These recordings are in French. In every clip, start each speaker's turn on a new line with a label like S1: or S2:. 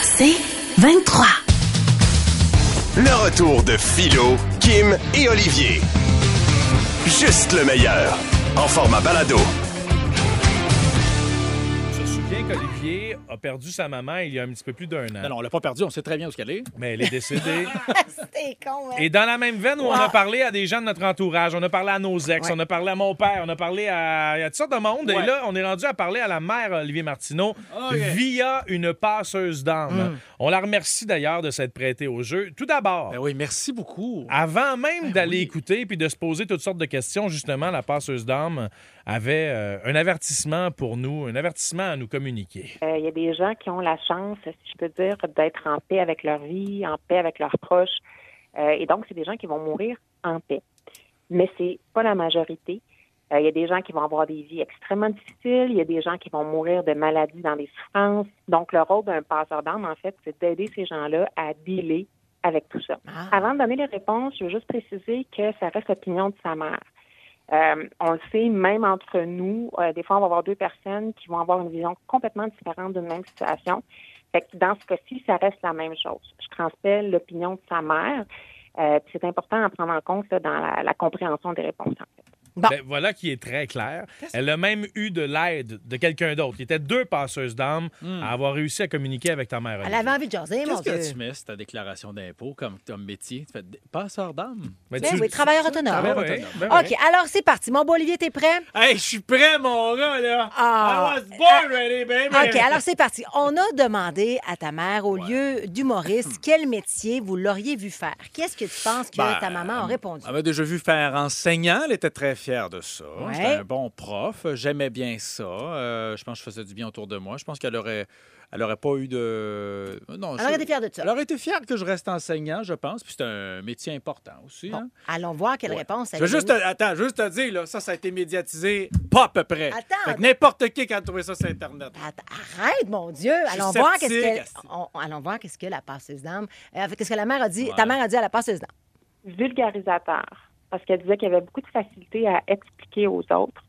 S1: C'est 23.
S2: Le retour de Philo, Kim et Olivier. Juste le meilleur. En format balado.
S3: Je me souviens qu'Olivier a perdu sa maman il y a un petit peu plus d'un
S4: Non,
S3: an.
S4: non, on l'a pas perdu, on sait très bien où qu'elle est.
S3: Mais elle est décédée.
S5: C'était con, hein?
S3: Et dans la même veine où on a parlé à des gens de notre entourage, on a parlé à nos ex, on a parlé à mon père, on a parlé à, à toutes sortes de monde. Et
S4: Ouais. Ah,
S3: là, on est rendu à parler à la mère Olivier Martineau
S4: OK. Hmm.
S3: via une passeuse d'âme. On la remercie d'ailleurs de s'être prêtée au jeu. Tout d'abord,
S4: Ben oui, Ben merci beaucoup.
S3: Avant même d'aller écouter puis de se poser toutes sortes de questions, justement, la passeuse d'âme avait euh, un avertissement pour nous, un avertissement à nous communiquer.
S6: Euh, Il y a des gens qui ont la chance, si je peux dire, d'être en paix avec leur vie, en paix avec leurs proches. Euh, et donc, c'est des gens qui vont mourir en paix. Mais c'est pas la majorité. Euh, Il y a des gens qui vont avoir des vies extrêmement difficiles. Il y a des gens qui vont mourir de maladies dans des souffrances. Donc, le rôle d'un passeur d'âme, en fait, c'est d'aider ces gens-là à dealer avec tout ça. Avant de donner les réponses, je veux juste préciser que ça reste l'opinion de sa mère. Euh, on le sait, même entre nous, euh, des fois, on va avoir deux personnes qui vont avoir une vision complètement différente d'une même situation. Fait que dans ce cas-ci, ça reste la même chose. Je transmets l'opinion de sa mère. Euh, puis c'est important à prendre en compte là, dans la, la compréhension des réponses. en fait.
S5: Bon.
S3: Ben, voilà qui est très clair. Elle a même eu de l'aide de quelqu'un d'autre. Il était deux passeuses d'âme
S5: Hmm.
S3: à avoir réussi à communiquer avec ta mère.
S5: Elle
S3: Olivier.
S5: avait envie de jaser, Ah, mon
S4: Ben, Qu'est-ce
S5: Dieu.
S4: que tu mets sur ta déclaration d'impôt comme, comme métier? Tu fais d- passeur d'âme.
S3: Mais
S5: Ben
S3: tu-
S5: oui, travailleur
S3: Ah,
S5: autonome.
S3: ben
S4: travailleur
S3: oui,
S4: autonome.
S3: ben oui.
S5: OK, alors c'est parti. Mon beau Olivier, t'es prêt?
S4: Hey, je suis prêt, mon gars, là.
S5: Ah.
S4: I was born ready, baby.
S5: OK, alors c'est parti. On a demandé à ta mère, au lieu d'humoriste, quel métier vous l'auriez vu faire. Qu'est-ce que tu penses que
S4: Ben,
S5: ta maman a répondu?
S4: Elle m'a déjà vu faire enseignant. Elle était très fière de ça.
S5: Ouais.
S4: J'étais un bon prof. J'aimais bien ça. Euh, je pense que je faisais du bien autour de moi. Je pense qu'elle aurait, elle aurait pas eu de. Non,
S5: Elle
S4: je-
S5: aurait été fière de ça.
S4: Elle aurait été fière que je reste enseignant, je pense. Puis c'est un métier important aussi. hein.
S5: Bon, allons voir quelle
S4: Ouais.
S5: réponse
S4: Je
S5: elle
S4: veux
S5: a
S4: juste te,
S5: donnée.
S4: attends, juste te dire, là, ça, ça a été médiatisé pas à peu près.
S5: Attends.
S4: Fait que n'importe qui qui a trouvé ça sur Internet.
S5: Att- Arrête, mon Dieu!
S4: suis
S5: Allons voir
S4: sceptique,
S5: qu'est-ce que,
S4: asti.
S5: on- allons voir qu'est-ce que la passeuse d'âme... euh, qu'est-ce que la mère a dit... Ta mère a dit à la passeuse d'âme.
S6: Vulgarisateur, parce qu'elle disait qu'il y avait beaucoup de facilité à expliquer aux autres.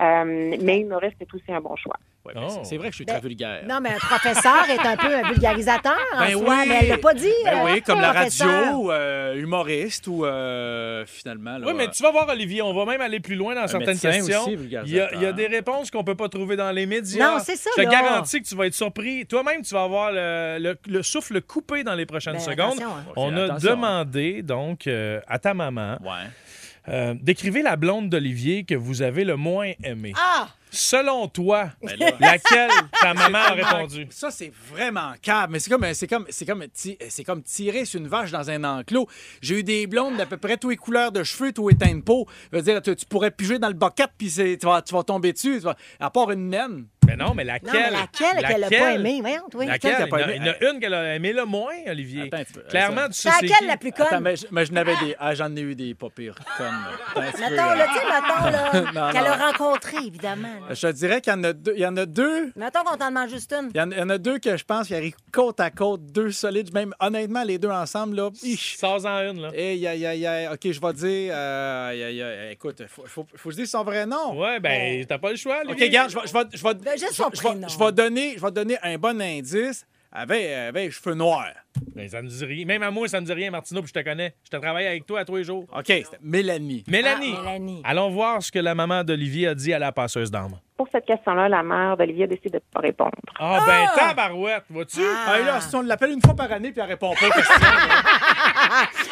S6: Euh, mais humoriste, c'est aussi un bon choix.
S4: Ouais, mais c'est-
S3: Oh.
S4: C'est vrai que je suis
S5: Ben,
S4: très vulgaire.
S5: Non, mais un professeur est un peu un vulgarisateur en
S4: Euh. Ben
S5: soi,
S4: oui.
S5: mais elle l'a pas dit.
S4: Ben
S5: euh,
S4: oui, comme la
S5: professeur.
S4: radio, euh, humoriste ou euh, finalement. Là,
S3: Oui, mais tu vas voir, Olivier, on va même aller plus loin dans certaines
S4: médecin
S3: questions.
S4: aussi,
S3: il, y a, il y a
S4: vulgarisateur.
S3: des réponses qu'on peut pas trouver dans les médias.
S5: Non, c'est ça,
S3: Je te
S5: là.
S3: garantis que tu vas être surpris. Toi-même, tu vas avoir le, le- le souffle coupé dans les prochaines
S5: Ben,
S3: secondes.
S5: attention, hein.
S3: On
S4: Fais
S3: a
S4: attention, hein.
S3: demandé, donc, euh, à ta maman,
S4: Ouais.
S3: euh, décrivez la blonde d'Olivier que vous avez le moins aimée.
S5: Ah!
S3: Selon toi,
S4: Ben là-
S3: laquelle ta maman a
S4: Vraiment-
S3: répondu?
S4: Ça, c'est vraiment calme. Mais c'est comme, c'est comme, c'est comme, ti- c'est comme tirer sur une vache dans un enclos. J'ai eu des blondes d'à peu près toutes les couleurs de cheveux, tous les teints de peau. Je veux dire, tu, tu pourrais piger dans le bucket, puis c'est- tu vas, tu vas tomber dessus. tu vas- à part une naine.
S3: Mais Ben non, mais laquelle?
S5: Non, mais laquelle qu'elle n'a pas aimée? Voyons, toi.
S3: Laquelle?
S4: qu'elle a
S3: Il
S4: pas
S3: y en a-
S4: aimée?
S3: il y en a une qu'elle a aimée le moins, Olivier.
S4: Attends un petit peu. euh,
S3: Clairement,
S4: Ça-
S3: tu sais
S5: C'est
S3: c'est
S5: laquelle
S3: qui.
S5: la plus
S4: Attends,
S5: conne?
S4: mais, je- mais je n'avais des, ah, j'en ai eu des pas pires connes. Attends un petit peu, euh,
S5: Mettons,
S4: là.
S5: là, tu sais, mettons, là,
S4: Non,
S5: qu'elle
S4: non.
S5: a rencontré, évidemment. là.
S4: Je te dirais qu'il y en a deux. Il y en a deux.
S5: Mettons qu'on t'en demande juste une.
S4: Il y en, il y en a deux que je pense qui arrivent côte à côte, deux solides. Même honnêtement, les deux ensemble, là. ich.
S3: Sors-en une, là.
S4: Hey, aïe, aïe, aïe. OK, je vais dire. euh, aïe, aïe, aïe. Écoute, faut, faut, faut que je dise son vrai nom.
S3: Ouais,
S5: Euh,
S3: ben, t'as pas le choix, Olivier.
S4: OK, regarde, je vais- je vais. Je vais-
S5: Ben, juste
S4: je-
S5: son
S4: je vais-
S5: prénom.
S4: je vais donner, je vais donner un bon indice avec, avec les cheveux noirs.
S3: Ben, ça me dit rien. Même à moi, ça me dit rien, Martino, puis je te connais. Je te travaille avec toi à tous les jours.
S4: OK, c'était Mélanie.
S3: Mélanie.
S5: Ah, Mélanie.
S3: Allons voir ce que la maman d'Olivier a dit à la passeuse d'âme.
S6: Pour cette question-là, la mère d'Olivier décide de ne pas répondre.
S3: Ah, ben, tabarouette, vois-tu?
S5: Ah.
S4: Hey, là, si on l'appelle une fois par année puis elle répond pas. qu'est-ce que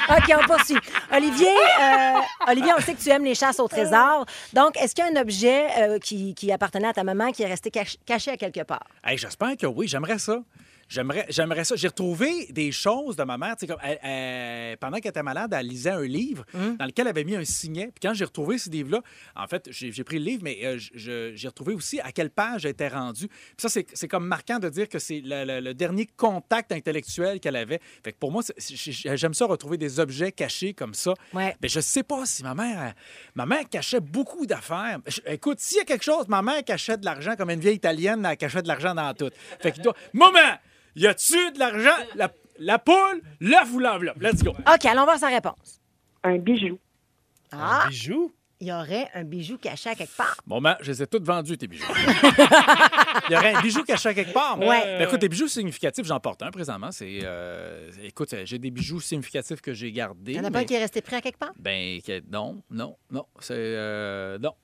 S5: OK, on poursuit. Olivier, euh, Olivier, on sait que tu aimes les chasses au trésor. Donc, est-ce qu'il y a un objet euh, qui, qui appartenait à ta maman qui est resté cach- caché à quelque part?
S4: c'est? Hey, J'espère que oui, j'aimerais ça. J'aimerais, j'aimerais ça. J'ai retrouvé des choses de ma mère. tu sais, Comme elle- elle- pendant qu'elle était malade, elle lisait un livre dans lequel elle avait mis un signet. Puis quand j'ai retrouvé ce livre-là, en fait, j'ai, j'ai pris le livre, mais euh, j- je- j'ai retrouvé aussi à quelle page elle était rendue. Puis ça, c'est, c'est comme marquant de dire que c'est le, le- le dernier contact intellectuel qu'elle avait. Fait que pour moi, c'est- c'est- j'aime ça retrouver des objets cachés comme ça.
S5: Ouais.
S4: Mais Ben, je sais pas si ma mère, ma mère cachait beaucoup d'affaires. Ben, Je- écoute, s'il y a quelque chose, ma mère cachait de l'argent comme une vieille italienne, elle cachait de l'argent dans tout. Fait qu'il doit. Maman, y a-tu de l'argent? La, la poule, l'œuf ou l'enveloppe? Let's go.
S5: OK, allons voir sa réponse.
S6: Un bijou.
S5: Ah,
S3: Bijou?
S5: il y aurait un bijou caché à quelque part.
S4: Bon, ben, je les ai toutes vendues, tes bijoux. Il y aurait un bijou caché à quelque part. moi.
S5: Ouais.
S4: Ben, écoute, tes bijoux significatifs, j'en porte un présentement. C'est, euh, écoute, j'ai des bijoux significatifs que j'ai gardés.
S5: Il y en a pas
S4: mais-
S5: un qui est resté prêt à quelque part?
S4: Ben, que- non, non, non. C'est. euh, non.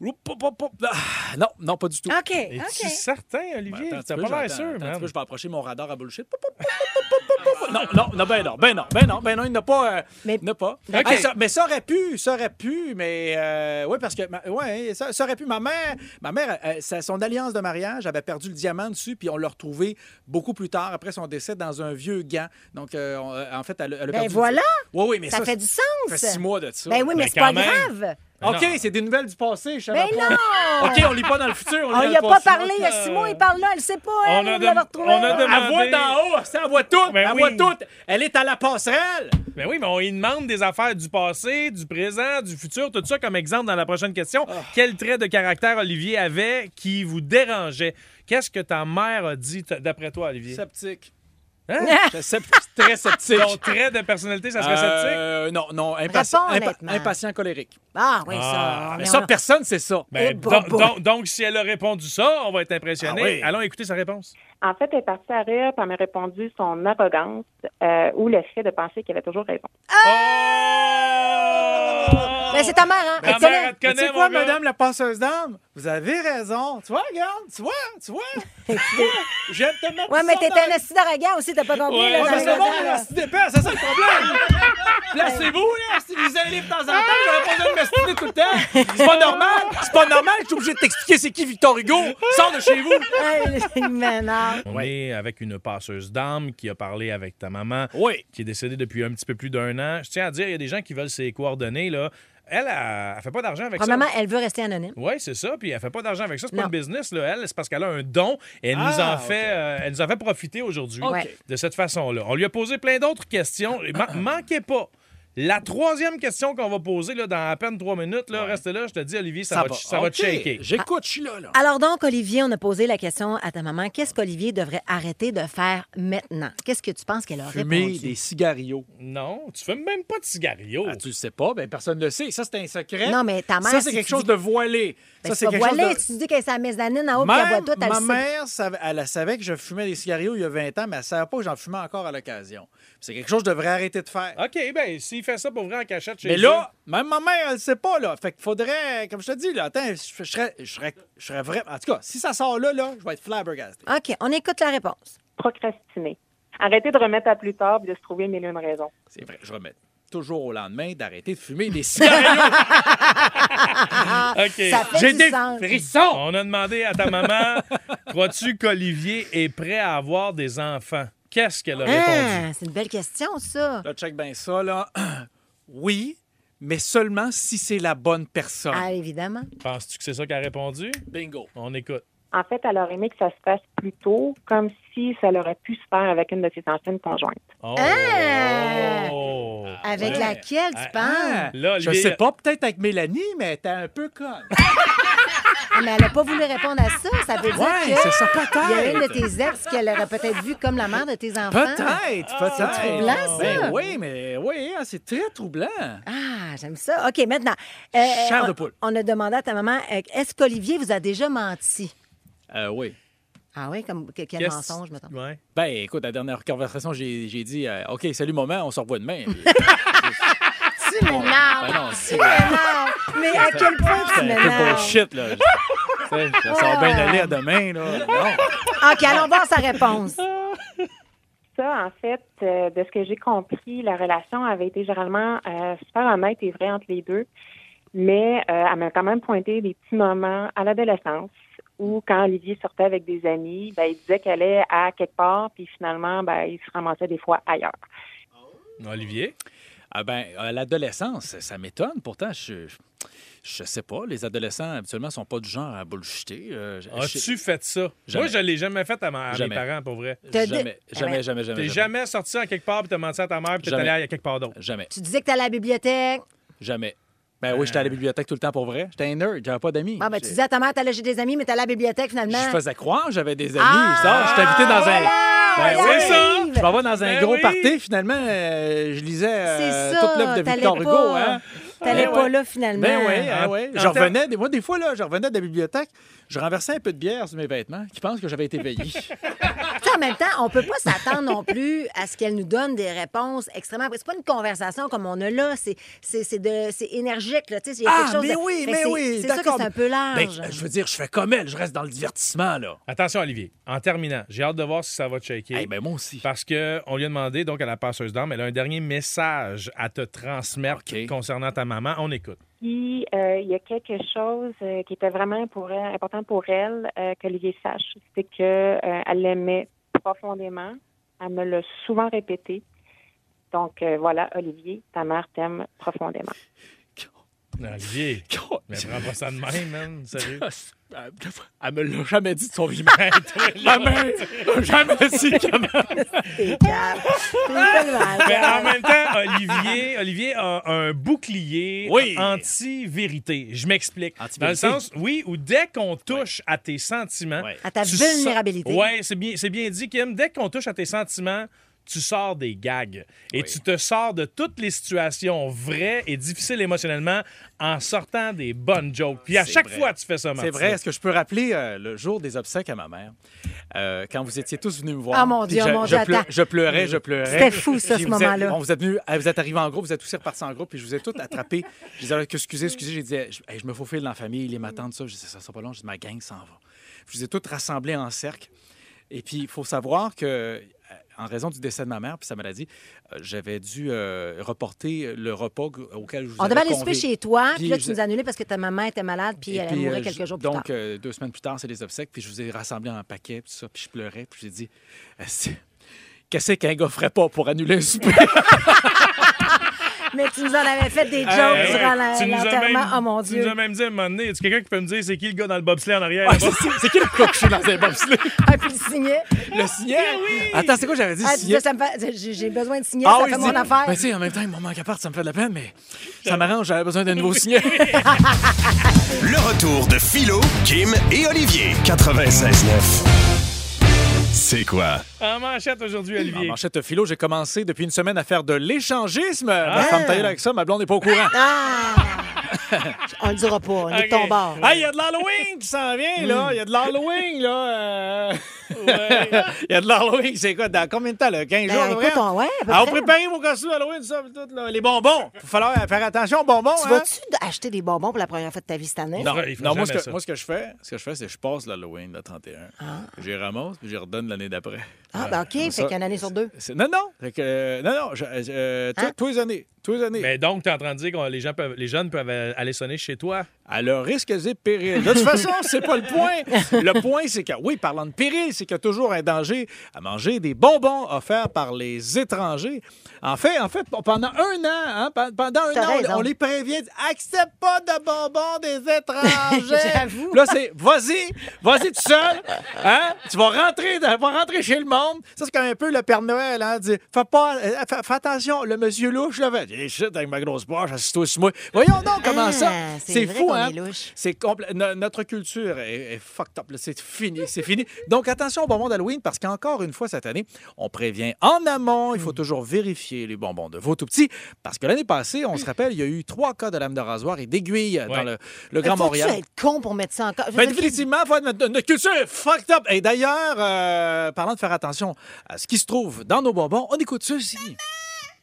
S4: Oup, oup, oup, oup. Ah, Non, non, pas du tout.
S5: OK,
S3: Es-tu
S5: Ah, OK.
S3: certain,
S4: Ben,
S3: Olivier?
S4: attends un
S3: T'as
S4: petit peu,
S3: pas l'air
S4: j'entends-
S3: sûr,
S4: attends un petit
S3: man.
S4: peu, Je vais approcher mon radar à bullshit. Poup, poup, poup, poup, poup, poup, poup. Non, non, non, ben non, ben non, ben non, ben non, il n'a pas. euh,
S5: Mais-
S4: il n'a pas.
S3: OK.
S4: Hey, ça- mais ça aurait pu, ça aurait pu, mais. euh, oui, parce que. ma- ouais, ça, ça aurait pu. Ma mère, ma mère euh, sa- son alliance de mariage avait perdu le diamant dessus, puis on l'a retrouvé beaucoup plus tard, après son décès, dans un vieux gant. Donc, euh, on- euh, en fait, elle, elle a
S5: Ben
S4: perdu.
S5: voilà,
S4: Oui, oui, mais
S5: ça
S4: ça.
S5: fait du sens.
S4: ça fait six mois de ça.
S5: Ben oui, mais
S3: Ben
S5: c'est
S3: quand
S5: pas
S3: même.
S5: grave.
S4: OK,
S3: Non.
S4: c'est des nouvelles du passé, je savais
S5: Ben
S4: pas.
S5: non!
S4: OK, on lit pas dans le futur. On,
S5: On
S4: lit
S5: n'y a
S4: dans le
S5: pas
S4: passé.
S5: parlé. Ah, Il y a six
S4: euh,
S5: mois, il parle là. Elle sait pas. hein, Elle,
S3: on a
S5: elle va
S3: dem-
S5: retrouver.
S3: on a dem-
S4: Elle voit
S3: demandé.
S4: d'en haut, ça voit tout,
S3: Ben
S4: elle
S3: oui.
S4: voit tout. Elle est à la passerelle.
S3: Ben oui, mais on y demande des affaires du passé, du présent, du futur, tout ça comme exemple dans la prochaine question.
S4: Ah.
S3: Quel trait de caractère Olivier avait qui vous dérangeait? Qu'est-ce que ta mère a dit t- d'après toi, Olivier?
S4: Sceptique.
S3: Hein?
S4: Je suis sep- très sceptique.
S3: Ton trait de personnalité, ça serait sceptique?
S4: Euh, non, non, impatient,
S5: Réponds
S4: impa-
S5: honnêtement.
S4: impatient colérique.
S5: Ah oui,
S3: Ah,
S5: ça.
S4: Mais
S5: on
S4: ça,
S5: a-
S4: personne, c'est ça.
S5: Eh,
S3: Ben,
S5: bah,
S3: don-
S5: bah.
S3: don- donc, si elle a répondu ça, on va être impressionné.
S4: oh, Ah oui.
S3: Allons écouter sa réponse.
S6: En fait, elle est partie à rire, puis elle m'a répondu son arrogance euh, ou le fait de penser qu'il avait toujours raison.
S5: Ah!
S3: Oh!
S5: Ben, c'est ta mère, hein?
S3: Ta
S5: Excellent.
S3: mère, elle te
S4: Mais
S3: connaît,
S4: tu sais quoi,
S3: mon gars?
S4: madame la passeuse d'âme? Vous avez raison. Tu vois, regarde, tu vois, tu vois. tu vois. Je viens de te mettre
S5: Ouais, mais
S4: ça
S5: t'étais
S4: dans-
S5: un assis d'arrogant aussi, t'as pas compris.
S3: Ouais,
S5: là,
S4: Ouais,
S5: dans
S4: mais
S5: les
S4: c'est bon,
S5: affaires, là.
S4: là, c'est épais, c'est ça le problème. Placez-vous, là. Si vous allez de temps en temps, j'aurais pas besoin de m'estiner tout le temps. C'est pas normal. C'est pas normal. Je suis obligé de t'expliquer c'est qui Victor Hugo. Sors de chez vous.
S5: Ouais, il m'énerve.
S3: On est avec une passeuse d'âme qui a parlé avec ta maman,
S4: Oui.
S3: qui est décédée depuis un petit peu plus d'un an. Je tiens à dire, il y a des gens qui veulent ses coordonnées. Là. Elle, elle, elle fait pas d'argent
S4: Ah,
S3: avec
S5: Premièrement,
S3: ça.
S5: elle veut rester anonyme.
S3: Oui, c'est ça. Puis elle fait pas d'argent avec ça. C'est pas
S5: Non.
S3: un business, là. Elle, c'est parce qu'elle a un don. Elle, nous
S4: Ah,
S3: en fait,
S4: ok.
S3: euh, elle nous en fait profiter aujourd'hui
S5: Ok.
S3: de cette façon-là. On lui a posé plein d'autres questions. Et ma- manquez pas. La troisième question qu'on va poser là, dans à peine trois minutes, là, reste là, je te dis, Olivier, ça, va, te- ça va te
S4: Ok,
S3: shaker.
S4: J'écoute, je suis là, là.
S5: Alors donc, Olivier, on a posé la question à ta maman. Qu'est-ce qu'Olivier devrait arrêter de faire maintenant? Qu'est-ce que tu penses qu'elle a
S4: Fumer
S5: répondu?
S4: des cigarios.
S3: Non, tu fumes même pas de cigario.
S4: Ah, tu le sais pas, ben personne ne le sait. Ça, c'est un secret.
S5: Non, mais ta mère,
S4: Ça, c'est
S5: si
S4: quelque
S5: tu
S4: chose
S5: dis-
S4: de voilé.
S5: Ben,
S4: ça,
S5: c'est
S4: c'est
S5: pas
S4: quelque
S5: voilé.
S4: chose de.
S5: Tu dis qu'elle est à la mezzanine en haut, puis
S4: Même
S5: elle voit tout, elle
S4: ma
S5: le sait.
S4: mère, savait- elle savait que je fumais des cigarios il y a 20 ans, mais elle savait pas que j'en fumais encore à l'occasion. C'est quelque chose que je devrais arrêter de faire.
S3: OK, ben s'il fait ça pour vrai en cachette chez
S4: Mais
S3: eux-
S4: là, même ma mère, elle sait pas, là. Fait qu'il faudrait, comme je te dis, là, attends, je, je serais, je, serais, je serais vrai. En tout cas, si ça sort là, là, je vais être flabbergasté.
S5: OK, on écoute la réponse.
S6: Procrastiner. Arrêter de remettre à plus tard, puis de se trouver mille et une raisons.
S4: C'est vrai, je remets toujours au lendemain d'arrêter de fumer des cigarios.
S3: ah, OK.
S5: Ça fait
S4: J'ai
S5: du
S4: des
S5: sens.
S4: frissons.
S3: On a demandé à ta maman, crois-tu qu'Olivier est prêt à avoir des enfants? Qu'est-ce qu'elle a répondu?
S5: Ah, c'est une belle question, ça.
S4: Là, check bien ça, là. Oui, mais seulement si c'est la bonne personne.
S5: Ah, évidemment.
S3: Penses-tu que c'est ça qu'elle a répondu?
S4: Bingo.
S3: On écoute.
S6: En fait, elle aurait aimé que ça se fasse plus tôt, comme si ça l'aurait pu se faire avec une de ses anciennes conjointes.
S3: Oh!
S5: Ah! Avec
S4: Ouais.
S5: laquelle tu
S3: Ah,
S5: penses?
S3: Là,
S4: je
S3: Olivier-
S4: sais pas, peut-être avec Mélanie, mais t'es un peu conne.
S5: Ah, Mais elle n'a pas voulu répondre à ça. Ça veut dire
S4: Ouais,
S5: que
S4: c'est ça,
S5: il y a une de
S4: peut-être.
S5: tes ex qu'elle aurait peut-être vue comme la mère de tes enfants.
S4: Peut-être, peut-être.
S5: troublant, ça.
S4: Ben oui, mais oui, hein, c'est très troublant.
S5: Ah, j'aime ça. OK, maintenant. euh,
S4: Chair
S5: on-
S4: de poule.
S5: On a demandé à ta maman, euh, est-ce qu'Olivier vous a déjà menti?
S4: Euh, oui.
S5: Ah oui, comme que- quel
S3: Qu'est-ce-
S5: mensonge, mettons.
S3: Ouais.
S4: Ben, écoute, la dernière conversation, j'ai j'ai dit euh, OK, salut, maman, on se revoit demain. Puis-
S5: Tu m'énerves!
S4: ben non, c'est
S5: Tu m'énerves! Mais à quel point
S4: un
S5: tu
S4: peu
S5: m'énerves?
S4: bullshit, là. Tu sais, Ça sort bien aller à demain, là. Non.
S5: OK, allons voir sa réponse.
S6: Ça, en fait, euh, de ce que j'ai compris, la relation avait été généralement euh, super honnête et vraie entre les deux. Mais euh, elle m'a quand même pointé des petits moments à l'adolescence où, quand Olivier sortait avec des amis, ben, il disait qu'elle allait à quelque part, puis finalement, ben, il se ramassait des fois ailleurs.
S3: Olivier?
S4: Ah ben, à l'adolescence, ça m'étonne. Pourtant, je, je, je sais pas. Les adolescents, habituellement, sont pas du genre à bullshiter. Euh, je-
S3: As-tu fait ça?
S4: Jamais.
S3: Moi, je l'ai jamais fait à, ma- à mes
S4: Jamais.
S3: parents, pour vrai.
S4: je-
S5: T'as dit-
S4: Jamais, jamais, jamais, jamais.
S3: T'es
S4: jamais.
S3: jamais sorti à quelque part, puis t'as menti à ta mère, puis t'es
S4: Jamais.
S3: allé à quelque part d'autre.
S4: Jamais.
S5: Tu disais que tu allais à la bibliothèque.
S4: Jamais. Ben
S3: Euh.
S4: oui, j'étais à la bibliothèque tout le temps pour vrai. J'étais un nerd, j'avais pas d'amis.
S5: Ah, ben, tu disais à ta mère, t'allais chez des amis, mais t'allais à la bibliothèque finalement.
S4: Je faisais croire que j'avais des amis.
S5: Ah!
S4: je dis, ah, je t'ai invité dans un.
S5: Voilà!
S4: Ben
S3: C'est
S4: oui.
S3: ça!
S4: Je m'en vais dans un
S3: Ben
S4: gros
S3: oui.
S4: party, finalement, euh, je lisais euh,
S5: C'est ça,
S4: toute l'œuvre de
S5: t'allais
S4: Victor
S5: pas.
S4: Hugo. Hein?
S5: T'allais
S4: Ben
S5: pas
S4: ouais.
S5: là, finalement.
S4: Ben oui,
S3: Ah,
S4: ouais.
S3: en
S4: Je
S3: fait-
S4: revenais, des- moi, des fois, là, je revenais de la bibliothèque, je renversais un peu de bière sur mes vêtements, qui pensent que j'avais été veillé.
S5: Tu sais, en même temps, on peut pas s'attendre non plus à ce qu'elle nous donne des réponses extrêmement. C'est pas une conversation comme on a là. C'est c'est c'est de c'est énergique là. Tu sais, il y a
S3: Ah,
S5: quelque chose. de- Fait que c'est- C'est ça que c'est un peu large.
S4: Ben, je veux dire, je fais comme elle, je reste dans le divertissement, là.
S3: Attention, Olivier, en terminant, j'ai hâte de voir si ça va te shaker.
S4: Eh ben moi aussi.
S3: Parce qu'on lui a demandé, donc, à la passeuse d'âme, elle a un dernier message à te transmettre
S4: OK.
S3: concernant ta maman. On écoute.
S6: Puis, euh, il y a quelque chose euh, qui était vraiment pour elle- important pour elle euh, qu'Olivier sache. C'est que euh, elle l'aimait profondément. Elle me l'a souvent répété. Donc, euh, voilà, Olivier, ta mère t'aime profondément.
S3: Olivier, mais prends pas ça de même, man. Sérieux.
S4: Oh, Elle me l'a jamais dit de son vivant. Ma mère l'a jamais dit que ma-
S5: C'est calme. C'est tellement
S3: Mais en
S5: calme.
S3: même temps, Olivier, Olivier a un bouclier
S4: Oui.
S3: anti-vérité. Je m'explique. Dans le
S4: Anti-vérité.
S3: sens, oui, où dès qu'on touche à tes sentiments,
S4: Ouais.
S5: À ta
S3: tu
S5: vulnérabilité.
S3: sors- Ouais, c'est bien, c'est bien dit, Kim. Dès qu'on touche à tes sentiments, tu sors des gags et tu te sors de toutes les situations vraies et difficiles émotionnellement en sortant des bonnes jokes. Puis à
S4: C'est
S3: chaque
S4: vrai.
S3: fois, tu fais ça,
S4: C'est
S3: Martin.
S4: vrai. Est-ce que je peux rappeler euh, le jour des obsèques à ma mère? Euh, quand vous étiez tous venus me voir.
S5: Ah, mon
S4: puis
S5: Dieu,
S4: je,
S5: mon
S4: je
S5: Dieu,
S4: pleu-
S5: attends.
S4: je pleurais, je pleurais.
S5: C'était fou, ça,
S4: Puis
S5: ce
S4: vous êtes-
S5: moment-là.
S4: on vous êtes venus, euh, vous êtes arrivés en groupe, vous êtes tous repartis en groupe, puis je vous ai tous attrapés. Je disais, excusez, excusez, j'ai dit, euh, je, hey, je me faufile dans la famille, les matins, de ça. Je disais, ça sera pas long, je dis, ma gang s'en va. Je vous ai tous rassemblés en cercle. Et puis, il faut savoir que, euh, en raison du décès de ma mère, puis sa maladie, euh, j'avais dû euh, reporter le repas que- auquel je vous
S5: On
S4: avais
S5: devait aller
S4: convié.
S5: souper chez toi, puis
S4: Puis
S5: là,
S4: je-
S5: tu nous as annulé parce que ta maman était malade, puis
S4: Et
S5: elle
S4: puis,
S5: mourait
S4: euh,
S5: quelques
S4: je-
S5: jours plus
S4: donc,
S5: tard.
S4: euh, deux semaines plus tard, c'est les obsèques, puis je vous ai rassemblé en paquet, puis ça, puis je pleurais, puis j'ai dit, Euh, c'est- qu'est-ce qu'un gars ferait pas pour annuler un souper?
S5: Mais tu nous en avais fait des jokes
S3: euh, Eh ouais.
S5: durant la-
S3: Tu nous as
S5: l'enterrement.
S3: même-
S5: Oh mon
S3: Tu nous
S5: Dieu.
S3: as même dit à un moment donné, est-ce que quelqu'un qui peut me dire c'est qui le gars dans le bobsleigh en arrière? Oh,
S4: Ah,
S3: là-bas?
S4: c'est c'est qui le gars couché dans un bobsleigh?
S5: Ah, puis le signet.
S4: Le signet? Attends, c'est quoi j'avais dit?
S5: Eh Ah, tu
S4: signet?
S5: dis, ça me fait- j'ai j'ai besoin de signer,
S4: Ah
S5: ça
S4: oui,
S5: fait
S4: je
S5: mon
S4: dis-
S5: affaire.
S4: Ben, tu sais, en même temps, mon manque à part, ça me fait de la peine, mais ça m'arrange, j'avais besoin d'un nouveau signet.
S2: Le retour de Philo, Kim et Olivier. 96.9. C'est quoi?
S3: En manchette aujourd'hui,
S4: en
S3: Olivier.
S4: manchette philo, j'ai commencé depuis une semaine à faire de l'échangisme. Ma femme taillée avec ça, ma blonde n'est pas au courant.
S5: Ah! On le dira pas, on est de
S3: Ok.
S5: ton bord.
S4: Ah, il y a de l'Halloween qui s'en vient,
S3: Mm.
S4: là. Il y a de l'Halloween, là. euh. Il y a de l'Halloween, c'est quoi? Dans combien de temps, là? 15
S5: Ben,
S4: jours, à peu
S5: écoute,
S4: près?
S5: on- ouais, à peu
S4: Ah, vous
S5: près.
S4: préparez vos costumes d'Halloween, ça, puis tout, là. Les bonbons. Il va falloir faire attention aux bonbons,
S5: Tu
S4: hein?
S5: vas-tu acheter des bonbons pour la première fois de ta vie cette année?
S4: Non,
S3: Il faut
S4: non,
S3: jamais
S4: moi, ce
S3: ça.
S4: que, moi, ce que je fais, ce que je fais, c'est que je passe l'Halloween, le 31. J'y ramasse, puis je redonne l'année d'après.
S5: Ah, ben OK, fait
S4: ça,
S5: qu'une année sur deux.
S4: C'est- Non, non. Fait que, euh, non, non. je- euh, tous-
S5: Hein?
S4: Tous les années. Tous les années.
S3: Mais donc, t'es en train de dire que les, gens peuvent, les jeunes peuvent aller sonner chez toi.
S4: à leur risque et péril. De toute façon, c'est pas le point. Le point, c'est que, oui, parlant de péril, c'est qu'il y a toujours un danger à manger des bonbons offerts par les étrangers. En fait, en fait pendant un an, hein, pe- pendant un an,
S5: T'as
S4: on-
S5: raison.
S4: on les prévient accepte pas de bonbons des étrangers.
S5: J'avoue.
S4: Là, c'est vas-y, vas-y tout seul. Hein? Tu vas rentrer, dans- vas rentrer chez le monde. Ça, c'est comme un peu le Père Noël. Hein? Dit, fais, pas, euh, fais- fais attention, le monsieur louche, là, fait, Hey, shit, avec ma grosse poche, assis-toi sur moi. Voyons donc comment
S5: Ah,
S4: ça.
S5: c'est
S4: C'est
S5: vrai
S4: fou,
S5: qu'on
S4: hein?
S5: est louche.
S4: C'est compl- no- Notre culture est, est fucked up. là. C'est fini, c'est fini. Donc, attention aux bonbons d'Halloween parce qu'encore une fois, cette année, on prévient en amont.
S5: Hmm.
S4: Il faut toujours vérifier les bonbons de vos tout petits parce que l'année passée, on se
S5: Hmm.
S4: rappelle, il y a eu trois cas de lame de rasoir et d'aiguille
S3: Ouais.
S4: dans le, le Grand Montréal.
S5: Faut-tu être con pour mettre ça encore? Je veux
S4: Ben,
S5: dire,
S4: définitivement, faut être- notre, notre culture est fucked up. Et d'ailleurs, euh, parlant de faire attention à ce qui se trouve dans nos bonbons, on écoute ceci.
S5: Ah!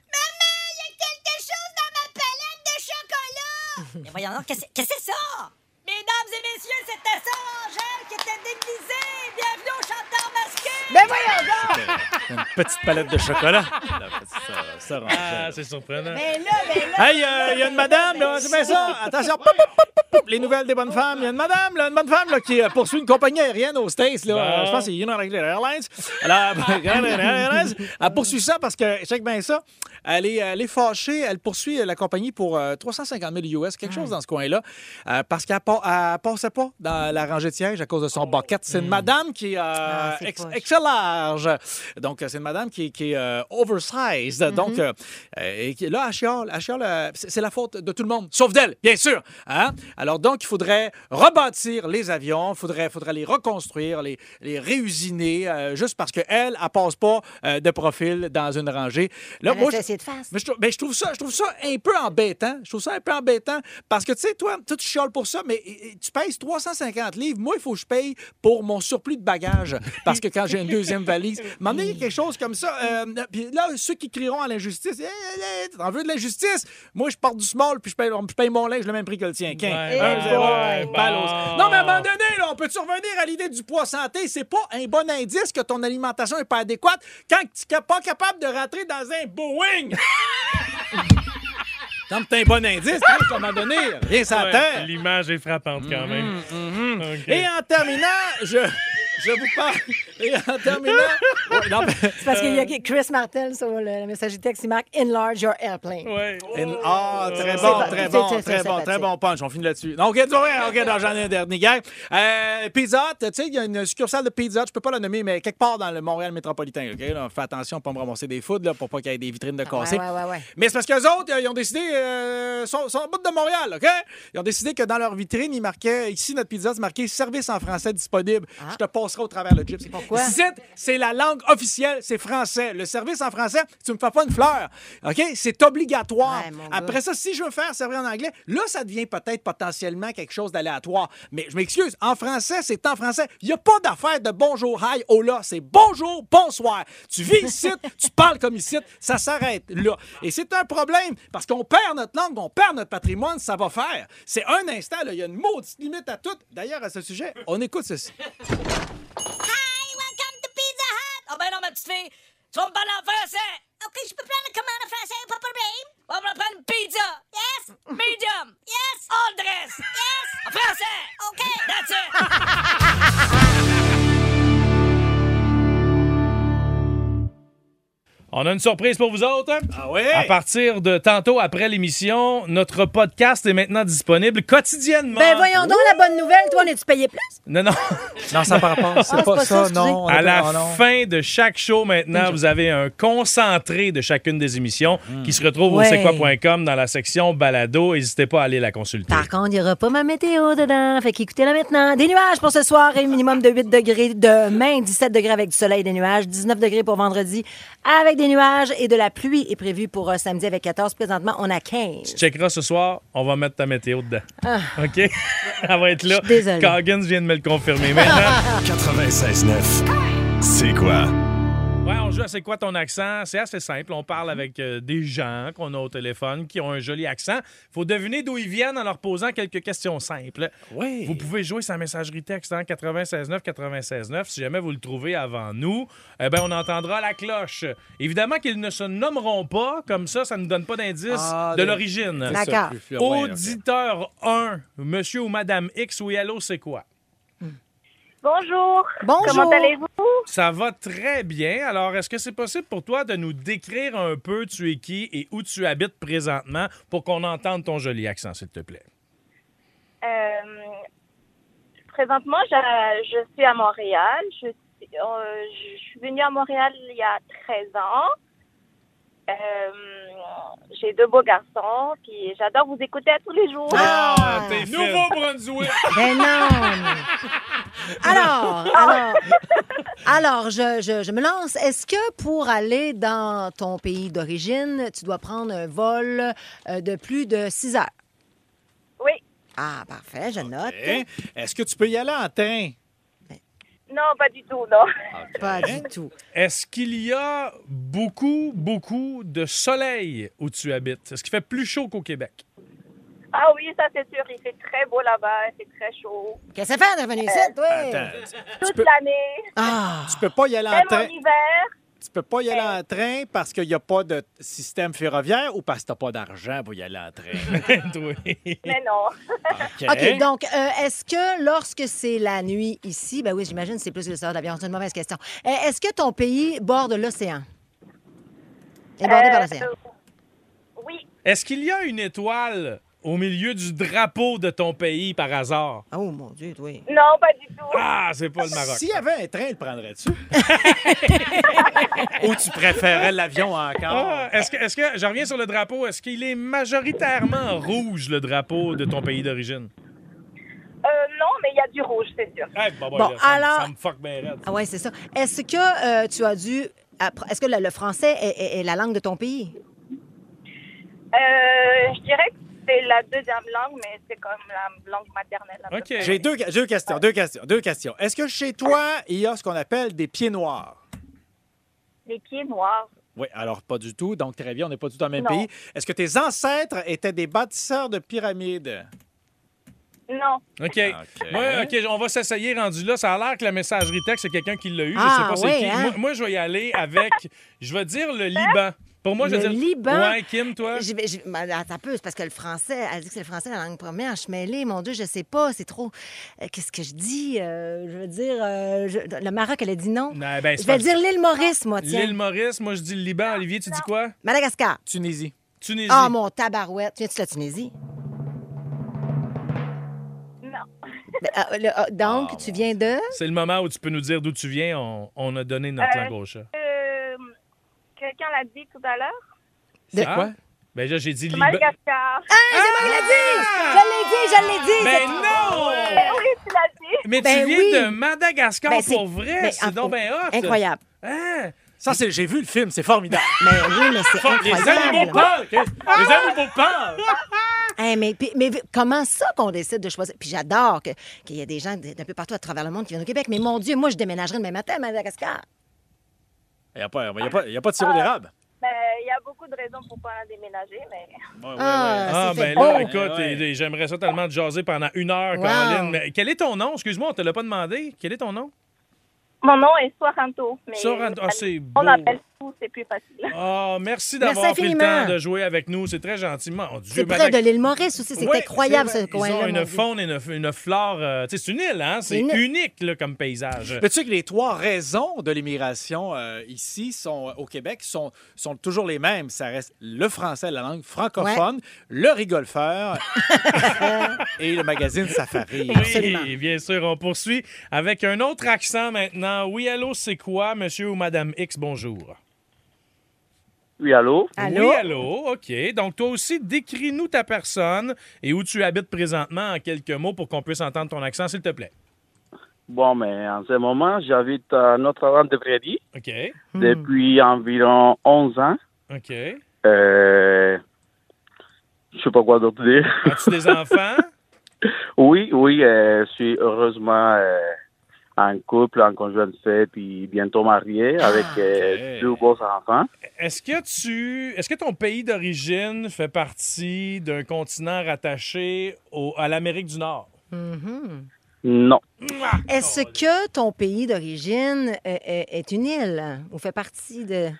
S1: quelque chose dans ma palette de chocolat! Mais voyons donc, qu'est-ce qu'est-ce que c'est ça? Mesdames et messieurs, c'était ça, Angèle, qui était déguisée! Bienvenue au chanteur masqué!
S5: Ben voyons donc!
S4: Une petite palette de chocolat. La petite sœur- sœur Angèle.
S3: Ah, c'est surprenant.
S5: Ben là, ben là!
S4: Hey, il y a une madame, là, c'est bien ça. Attention, pop, pop, pop, pop, pop, les nouvelles des bonnes femmes. Il y a une madame, là, une bonne femme là, qui euh, poursuit une compagnie aérienne aux States. Là,
S5: Ben.
S4: Euh, je pense que c'est United Airlines. Alors, United Airlines, elle poursuit ça parce que, check bien ça, elle est, elle est fâchée. Elle poursuit la compagnie pour euh, 350 000 US, quelque
S5: Hmm.
S4: chose dans ce coin-là, euh, parce qu'elle ne passait pas dans la rangée de sièges à cause de son bucket. C'est une madame qui est
S5: Oh. Hmm. Ah, c'est
S4: ex-
S5: poche.
S4: excellente large. Donc, euh, c'est une madame qui, qui est euh, oversized. Donc, euh, euh, et qui- là, elle chiale, elle chiale, euh, c'est c'est la faute de tout le monde, sauf d'elle, bien sûr. Hein? Elle Alors donc, il faudrait rebâtir les avions, il faudrait, faudrait les reconstruire, les, les réusiner, euh, juste parce qu'elle, elle ne passe pas euh, de profil dans une rangée. Là,
S5: Elle a fait essayer de face.
S4: mais je, trou- mais je trouve ça, je trouve ça un peu embêtant. Je trouve ça un peu embêtant parce que, tu sais, toi, toi, tu chiales pour ça, mais eh, eh, tu pèses 350 livres. Moi, il faut que je paye pour mon surplus de bagages parce que quand j'ai une deuxième valise, m'emmener quelque chose comme ça. euh, puis là, ceux qui crieront à l'injustice, Eh, eh, eh, t'en veux de l'injustice? Moi, je porte du small puis je paye, je paye mon linge le même prix que le tien. Quin.
S3: Ouais,
S4: Un,
S3: ouais,
S4: zéro,
S3: ouais,
S4: ballos.
S3: bon.
S4: Non, mais à un moment donné, là, on peut survenir à l'idée du poids santé. C'est pas un bon indice que ton alimentation est pas adéquate quand tu n'es pas capable de rentrer dans un Boeing. Tant que t'as un bon indice, tant qu'à un moment donné, rien ça Mm-hmm.
S3: Ouais, L'image est frappante quand même. OK.
S4: Et en terminant, je, je vous parle. Et en terminant. Ouais, non, mais-
S5: C'est parce qu'il y a Chris Martel sur le, la messagerie texte, il marque Enlarge your airplane.
S3: Ouais.
S4: In- Ah, très
S5: C'est
S4: bon,
S5: pas-
S4: très
S5: c'est-
S4: bon, très bon,
S5: c'est- c'est
S4: très
S5: sympathique.
S4: bon punch. On finit là-dessus. Non, OK, non, ouais, OK, non, j'en ai un dernier, gars. Euh, Pizza Hut, tu sais, il y a une succursale de Pizza Hut, je peux pas la nommer, mais quelque part dans le Montréal métropolitain, OK? Là, fais attention pour pas me ramasser des foudres, là, pour pas qu'il y ait des vitrines de cassé.
S5: ouais, ouais, ouais.
S4: Mais c'est parce qu'eux autres, euh, ils ont décidé, euh, sont, sont en bout de Montréal, OK? Ils ont décidé que dans leur vitrine, ils marquaient, ici, notre pizza, c'est marqué service en français disponible. Je te passerai au travers le gyps.
S5: Ah. Pourquoi?
S4: Ici, c'est la langue officielle, c'est français. Le service en français, tu me fais pas une fleur, OK? C'est obligatoire.
S5: Ouais, mon gars.
S4: Après ça, si je veux faire servir en anglais, là, ça devient peut-être potentiellement quelque chose d'aléatoire. Mais je m'excuse, en français, c'est en français. Il n'y a pas d'affaire de bonjour, hi, hola. C'est bonjour, bonsoir. Tu vis ici, tu parles comme ici, ça s'arrête là. Et c'est un problème parce qu'on perd notre langue, on perd notre patrimoine, ça va faire. C'est un instant, là, il y a une maudite limite à tout. D'ailleurs, à ce sujet, on écoute ceci.
S1: Hi, welcome to Pizza Hut! Oh ben non, ma petite fille, tu vas me parler en français! Ok, je peux prendre une commande en français, pas de problème. On va prendre une pizza. Yes. Medium. Yes. All dress. Yes. En français. Ok. That's it.
S3: On a une surprise pour vous autres. hein?
S4: Ah ouais?
S3: À partir de tantôt après l'émission, notre podcast est maintenant disponible quotidiennement.
S5: Ben voyons donc la bonne nouvelle, toi, on est-tu payé plus?
S3: Non, non.
S4: Non, ça par rapport, c'est
S5: Ah, c'est pas ça, excusez.
S4: on
S3: À
S4: a
S3: la
S4: pas- oh, non.
S3: fin de chaque show maintenant, vous avez un concentré de chacune des émissions
S4: Mm.
S3: qui se retrouve
S5: Ouais.
S3: au sequoia.com dans la section balado. N'hésitez pas à aller la consulter.
S5: Par contre, il n'y aura pas ma météo dedans. Fait qu'écoutez-la maintenant. Des nuages pour ce soir, un minimum de 8 degrés. Demain, 17 degrés avec du soleil et des nuages. 19 degrés pour vendredi avec des nuages. Et de la pluie est prévue pour euh, samedi avec 14. Présentement, on a 15.
S3: checkeras ce soir, on va mettre ta météo dedans. OK? Elle va être là.
S5: Ah. Je suis désolée.
S3: Coggins vient de me le confirmer. Maintenant,
S2: 96.9. C'est quoi?
S3: ouais, on joue à C'est quoi ton accent? C'est assez simple. On parle avec euh, des gens qu'on a au téléphone qui ont un joli accent. faut deviner d'où ils viennent en leur posant quelques questions simples.
S4: Oui.
S3: Vous pouvez jouer sa messagerie texte hein, en 969 969. Si jamais vous le trouvez avant nous, eh ben on entendra la cloche. Évidemment qu'ils ne se nommeront pas, comme ça, ça ne donne pas d'indice
S4: Ah,
S3: de
S4: de-
S3: l'origine.
S5: La- D'accord.
S4: Ah,
S3: Auditeur 1, monsieur ou madame X ou Hello, c'est quoi?
S6: Bonjour.
S5: Bonjour.
S6: Comment allez-vous?
S3: Ça va très bien. Alors, est-ce que c'est possible pour toi de nous décrire un peu tu es qui et où tu habites présentement pour qu'on entende ton joli accent, s'il te plaît?
S7: Euh, présentement, je, je suis à Montréal. Je, suis- euh, je suis venue à Montréal il y a 13 ans. Euh, J'ai deux beaux garçons, puis j'adore vous écouter à tous les jours.
S3: Ah, t'es Nouveau-Brunswick!
S5: Ben non! Alors, alors, alors je, je- je me lance. Est-ce que pour aller dans ton pays d'origine, tu dois prendre un vol euh, de plus de 6 heures?
S7: Oui.
S5: Ah, parfait, je note.
S4: Hein? Est-ce que tu peux y aller en train?
S7: Non, pas du tout, non.
S5: Pas
S4: Hein?
S5: du tout.
S3: Est-ce qu'il y a beaucoup, beaucoup de soleil où tu habites? Est-ce qu'il fait plus chaud qu'au Québec?
S7: Ah oui, ça c'est sûr, il fait très beau là-bas, c'est très chaud.
S5: Qu'est-ce que ça fait de venir ici, toi?
S7: Toute l'année,
S5: Ah!
S4: Tu peux pas y aller en
S7: même en
S4: train.
S7: hiver.
S4: Tu peux pas y aller
S3: Euh.
S4: en train parce qu'il n'y a pas de système ferroviaire ou parce que t'as pas d'argent pour y aller en train.
S3: Oui.
S7: Mais non,
S4: Eh?
S5: OK, donc, euh, est-ce que lorsque c'est la nuit ici, ben oui, j'imagine que c'est plus que le sort d'avion, c'est une mauvaise question. Euh, est-ce que ton pays borde l'océan? Est bordé par
S7: Euh,
S5: l'océan?
S7: euh, oui,
S3: Est-ce qu'il y a une étoile au milieu du drapeau de ton pays par hasard?
S5: Oh mon Dieu, oui.
S7: non, pas du tout.
S3: Ah, c'est pas le Maroc.
S4: S'il y avait un train, le prendrais-tu? ou tu préférais l'avion encore?
S3: Ah, est-ce que, est-ce que, je reviens sur le drapeau, est-ce qu'il est majoritairement rouge, le drapeau de ton pays d'origine?
S7: Euh, a du rouge, c'est sûr.
S3: Hey, bah, bah,
S5: Bon,
S3: là, ça, me-
S5: alors-
S3: ça me fuck bien raide.
S5: Ah ouais, c'est ça. Est-ce que euh, tu as dû... appre- Est-ce que le, le français est, est- est la langue de ton pays?
S7: Euh, je dirais que c'est la deuxième langue, mais c'est comme la langue maternelle. à peu
S3: Ok.
S7: près.
S4: J'ai deux, deux questions, deux questions, deux questions. Est-ce que chez toi, il y a ce qu'on appelle des pieds noirs?
S7: Les pieds noirs.
S4: Oui, alors pas du tout. Donc, très bien, on n'est pas du tout dans le même
S7: Non.
S4: pays. Est-ce que tes ancêtres étaient des bâtisseurs de pyramides?
S7: Non.
S3: Ah, OK.
S4: OK.
S3: Moi, OK, on va s'essayer rendu là. Ça a l'air que la messagerie texte, c'est quelqu'un qui l'a eu.
S5: Ah,
S3: je sais pas
S5: ouais,
S3: c'est qui.
S5: hein?
S3: Moi, moi, je vais y aller avec. je vais dire le Liban. Pour moi, je
S5: Le
S3: vais dire.
S5: Liban?
S3: Ouais, Kim, toi.
S5: Je vais- je- ben, attends un peu, c'est parce que le français, elle dit que c'est le français la langue première. Je suis mêlée, mon Dieu, je sais pas, c'est trop. euh, Qu'est-ce que je dis? Euh, je veux dire, euh, je- le Maroc, elle a dit non.
S3: Ouais, ben, c'est
S5: je vais
S3: parce-
S5: dire l'île Maurice, moi, tiens.
S3: L'île Maurice, moi, je dis le Liban. Olivier, tu dis quoi?
S5: Madagascar.
S4: Tunisie.
S3: Tunisie.
S5: Ah, mon tabarouette. Tu viens de la Tunisie?
S7: Non.
S5: Ben, ah, le- ah, donc, tu viens de. Ah,
S3: C'est le moment où tu peux nous dire d'où tu viens. On, on a donné notre
S7: Euh,
S3: langue au chat.
S7: Euh, Quelqu'un l'a dit tout à l'heure.
S5: de-
S3: Ah?
S4: quoi?
S3: Ben là, j'ai dit Liban.
S7: Madagascar.
S3: Ah!
S5: Je l'ai dit! Je l'ai dit, je l'ai dit!
S3: Ben
S5: c'est-
S3: non!
S7: Oui, tu l'as dit.
S3: Mais
S5: Ben
S3: tu viens
S5: oui.
S3: de Madagascar
S5: Ben,
S3: pour vrai.
S5: ben,
S3: c'est
S5: en-
S3: donc ben hot.
S5: Incroyable.
S3: Hein?
S4: Ça, c'est- j'ai vu le film, c'est formidable.
S5: Mais oui, mais c'est
S3: Les
S5: incroyable.
S3: animaux parlent! Chris. Les animaux parlent!
S5: Hey, mais, puis- mais comment ça qu'on décide de choisir? Puis j'adore que- qu'il y a des gens d'un peu partout à travers le monde qui viennent au Québec. Mais mon Dieu, moi, je déménagerais demain matin à Madagascar.
S4: Il n'y a, pas- il y a pas- il y a pas de
S3: Ah.
S4: sirop d'érable.
S7: Mais Il y a beaucoup de raisons pour pas la déménager, mais
S4: Ouais, ouais, ouais.
S5: Ah,
S3: Ah,
S5: c'est fait
S3: ben
S5: beau.
S3: là, écoute,
S4: Ouais, ouais.
S3: et- et j'aimerais ça tellement te jaser pendant une heure,
S5: Wow.
S3: Caroline. Mais quel est ton nom? Excuse-moi, on te l'a pas demandé. Quel est ton nom?
S7: Mon nom est Soranto. Mais
S3: Soranto, ah, c'est
S7: On
S3: beau.
S7: appelle tout, c'est plus facile.
S3: Ah, merci
S5: Merci
S3: d'avoir pris le
S5: infiniment.
S3: temps de jouer avec nous. C'est très gentiment. Oh, Dieu,
S5: C'est près
S3: Madag-
S5: de l'île Maurice aussi. C'est
S3: Ouais,
S5: incroyable,
S3: c'est
S5: ce
S3: vrai.
S5: coin-là.
S3: Ils ont
S5: mon
S3: une
S5: Dieu.
S3: faune et une, une flore. euh, tu sais, c'est une île, hein? C'est
S5: Une île.
S3: unique là, comme paysage.
S4: Peux-tu que les trois raisons de l'immigration euh, ici sont, euh, au Québec sont, sont toujours les mêmes? Ça reste le français, la langue francophone, le rigolfeur et le magazine Safari.
S5: Absolument.
S3: Oui, bien sûr, on poursuit avec un autre accent maintenant. Oui, allô, c'est quoi, monsieur ou madame X? Bonjour.
S8: Oui, allô?
S5: Allô?
S3: Oui, allô, OK. Donc, toi aussi, décris-nous ta personne et où tu habites présentement en quelques mots pour qu'on puisse entendre ton accent, s'il te plaît.
S8: Bon, mais en ce moment, j'habite à Notre-Dame de Prairie
S3: OK,
S8: depuis environ 11 ans.
S3: OK.
S8: Euh, je sais pas quoi d'autre dire.
S3: As-tu des enfants?
S8: Oui, oui, euh, je suis heureusement euh, en couple, en conjoint de fait, puis bientôt marié avec euh, deux beaux enfants.
S3: Est-ce que tu, est-ce que ton pays d'origine fait partie d'un continent rattaché au- à l'Amérique du Nord?
S5: Mhm.
S8: Non,
S5: Est-ce que ton pays d'origine euh, euh, est une île ou fait partie de... des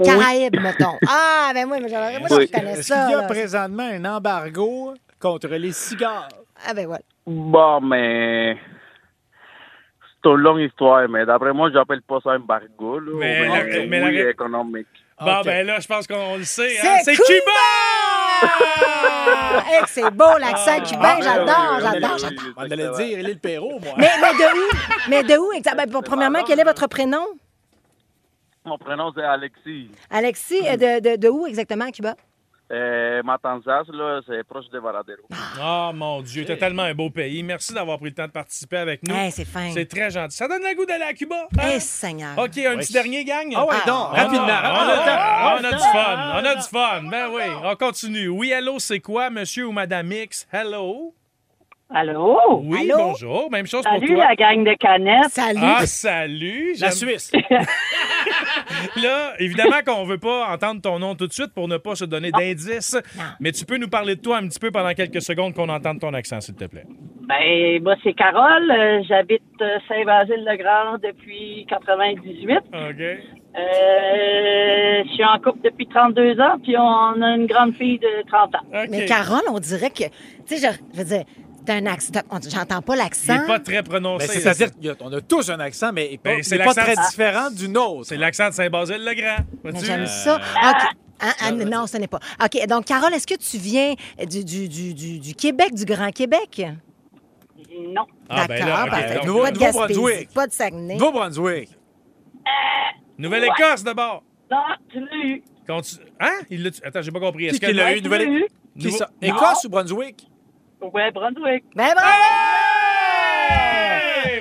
S8: Oui.
S5: Caraïbes, mettons? Ah, ben oui, mais j'aurais- moi,
S8: Oui.
S5: je connais
S4: Est-ce qu'il y
S5: ça.
S4: a
S5: là.
S4: présentement un embargo contre les cigares?
S5: Ah, ben voilà.
S8: bon, mais c'est une longue histoire, mais d'après moi, j'appelle pas ça un bargo, là,
S3: Mais
S8: mais,
S3: la-
S8: c'est
S3: mais la-
S8: oui, économique.
S3: Bon,
S4: OK.
S3: ben là, je pense qu'on le sait. hein?
S5: Ah, C'est
S3: Cuba!
S5: Ah, hey, que c'est beau, l'accent cubain,
S8: oui,
S5: j'adore,
S8: ben oui, oui,
S5: j'adore,
S8: oui,
S5: j'adore.
S4: On allait dire l'île Perrault, moi.
S5: Mais, mais de où? Mais de où exactement? Ben, premièrement, quel est votre prénom?
S8: Mon prénom, c'est Alexis.
S5: Alexis, euh, de, de, de où exactement à Cuba?
S8: Euh, Matanzas, là, c'est proche de Varadero.
S3: Ah, mon Dieu, t'as tellement un beau pays. Merci d'avoir pris le temps de participer avec nous.
S5: Hey, c'est fin.
S3: C'est très gentil. Ça donne le goût d'aller à Cuba.
S5: Eh,
S3: hein?
S5: Seigneur.
S3: OK, un petit dernier, gang.
S4: Ah ouais, donc, rapidement.
S3: On a, on
S4: Ah,
S3: a-
S4: ah,
S3: on a du fun. On a du fun. Ben oui, on continue. Oui, allô, c'est quoi, monsieur ou madame X? Hello.
S9: Allô?
S3: Oui,
S5: Allô?
S3: bonjour. Même chose pour
S9: Salut
S3: toi.
S9: la gang de canettes.
S5: Salut.
S3: Ah, salut!
S4: La
S3: J'aime-
S4: Suisse.
S3: Là, évidemment qu'on veut pas entendre ton nom tout de suite pour ne pas se donner d'indices, mais tu peux nous parler de toi un petit peu pendant quelques secondes qu'on entende ton accent, s'il te plaît.
S9: Ben, moi, c'est Carole. Euh, J'habite euh, Saint-Basile-le-Grand depuis 98.
S3: OK.
S9: Euh, je suis en couple depuis 32 ans, puis on a une grande fille de 30 ans.
S3: OK.
S5: Mais Carole, on dirait que. Tu sais, je, je veux dire, t'as un accent. on- J'entends pas
S3: Il
S5: l'accent.
S3: n'est pas très prononcé.
S4: Ben, C'est-à-dire qu'on a tous un accent, mais pas,
S3: ah, Ben, c'est
S4: mais pas
S3: l'accent
S4: très
S3: de-
S4: différent d'une autre.
S3: C'est l'accent de Saint-Basile-le-Grand.
S5: Mais
S3: Vois-tu?
S5: J'aime ça. OK. Hein, hein, non, ce n'est pas. OK. Donc, Carole, est-ce que tu viens du, du, du, du, du Québec, du Grand Québec?
S9: Non.
S3: Ah, ben là, OK,
S5: parfait.
S3: donc,
S4: nouveau-
S5: pas de
S4: nouveau
S5: Gaspésie,
S4: Brunswick.
S5: pas de Saguenay.
S4: Nouveau-Brunswick.
S3: euh, Nouvelle-Écosse, d'abord.
S9: Non, tu l'as eu.
S3: Conti- Hein? Il l'a- Attends, j'ai pas compris.
S4: Qui
S3: Est-ce
S4: qui
S3: que...
S4: l'a eu?
S9: Tu l'as
S4: Nouvelle-
S9: eu.
S4: Qui
S3: Nouveau-
S4: ça? Écosse ou Brunswick?
S9: Ouais, Brunswick.
S5: Ben, bravo!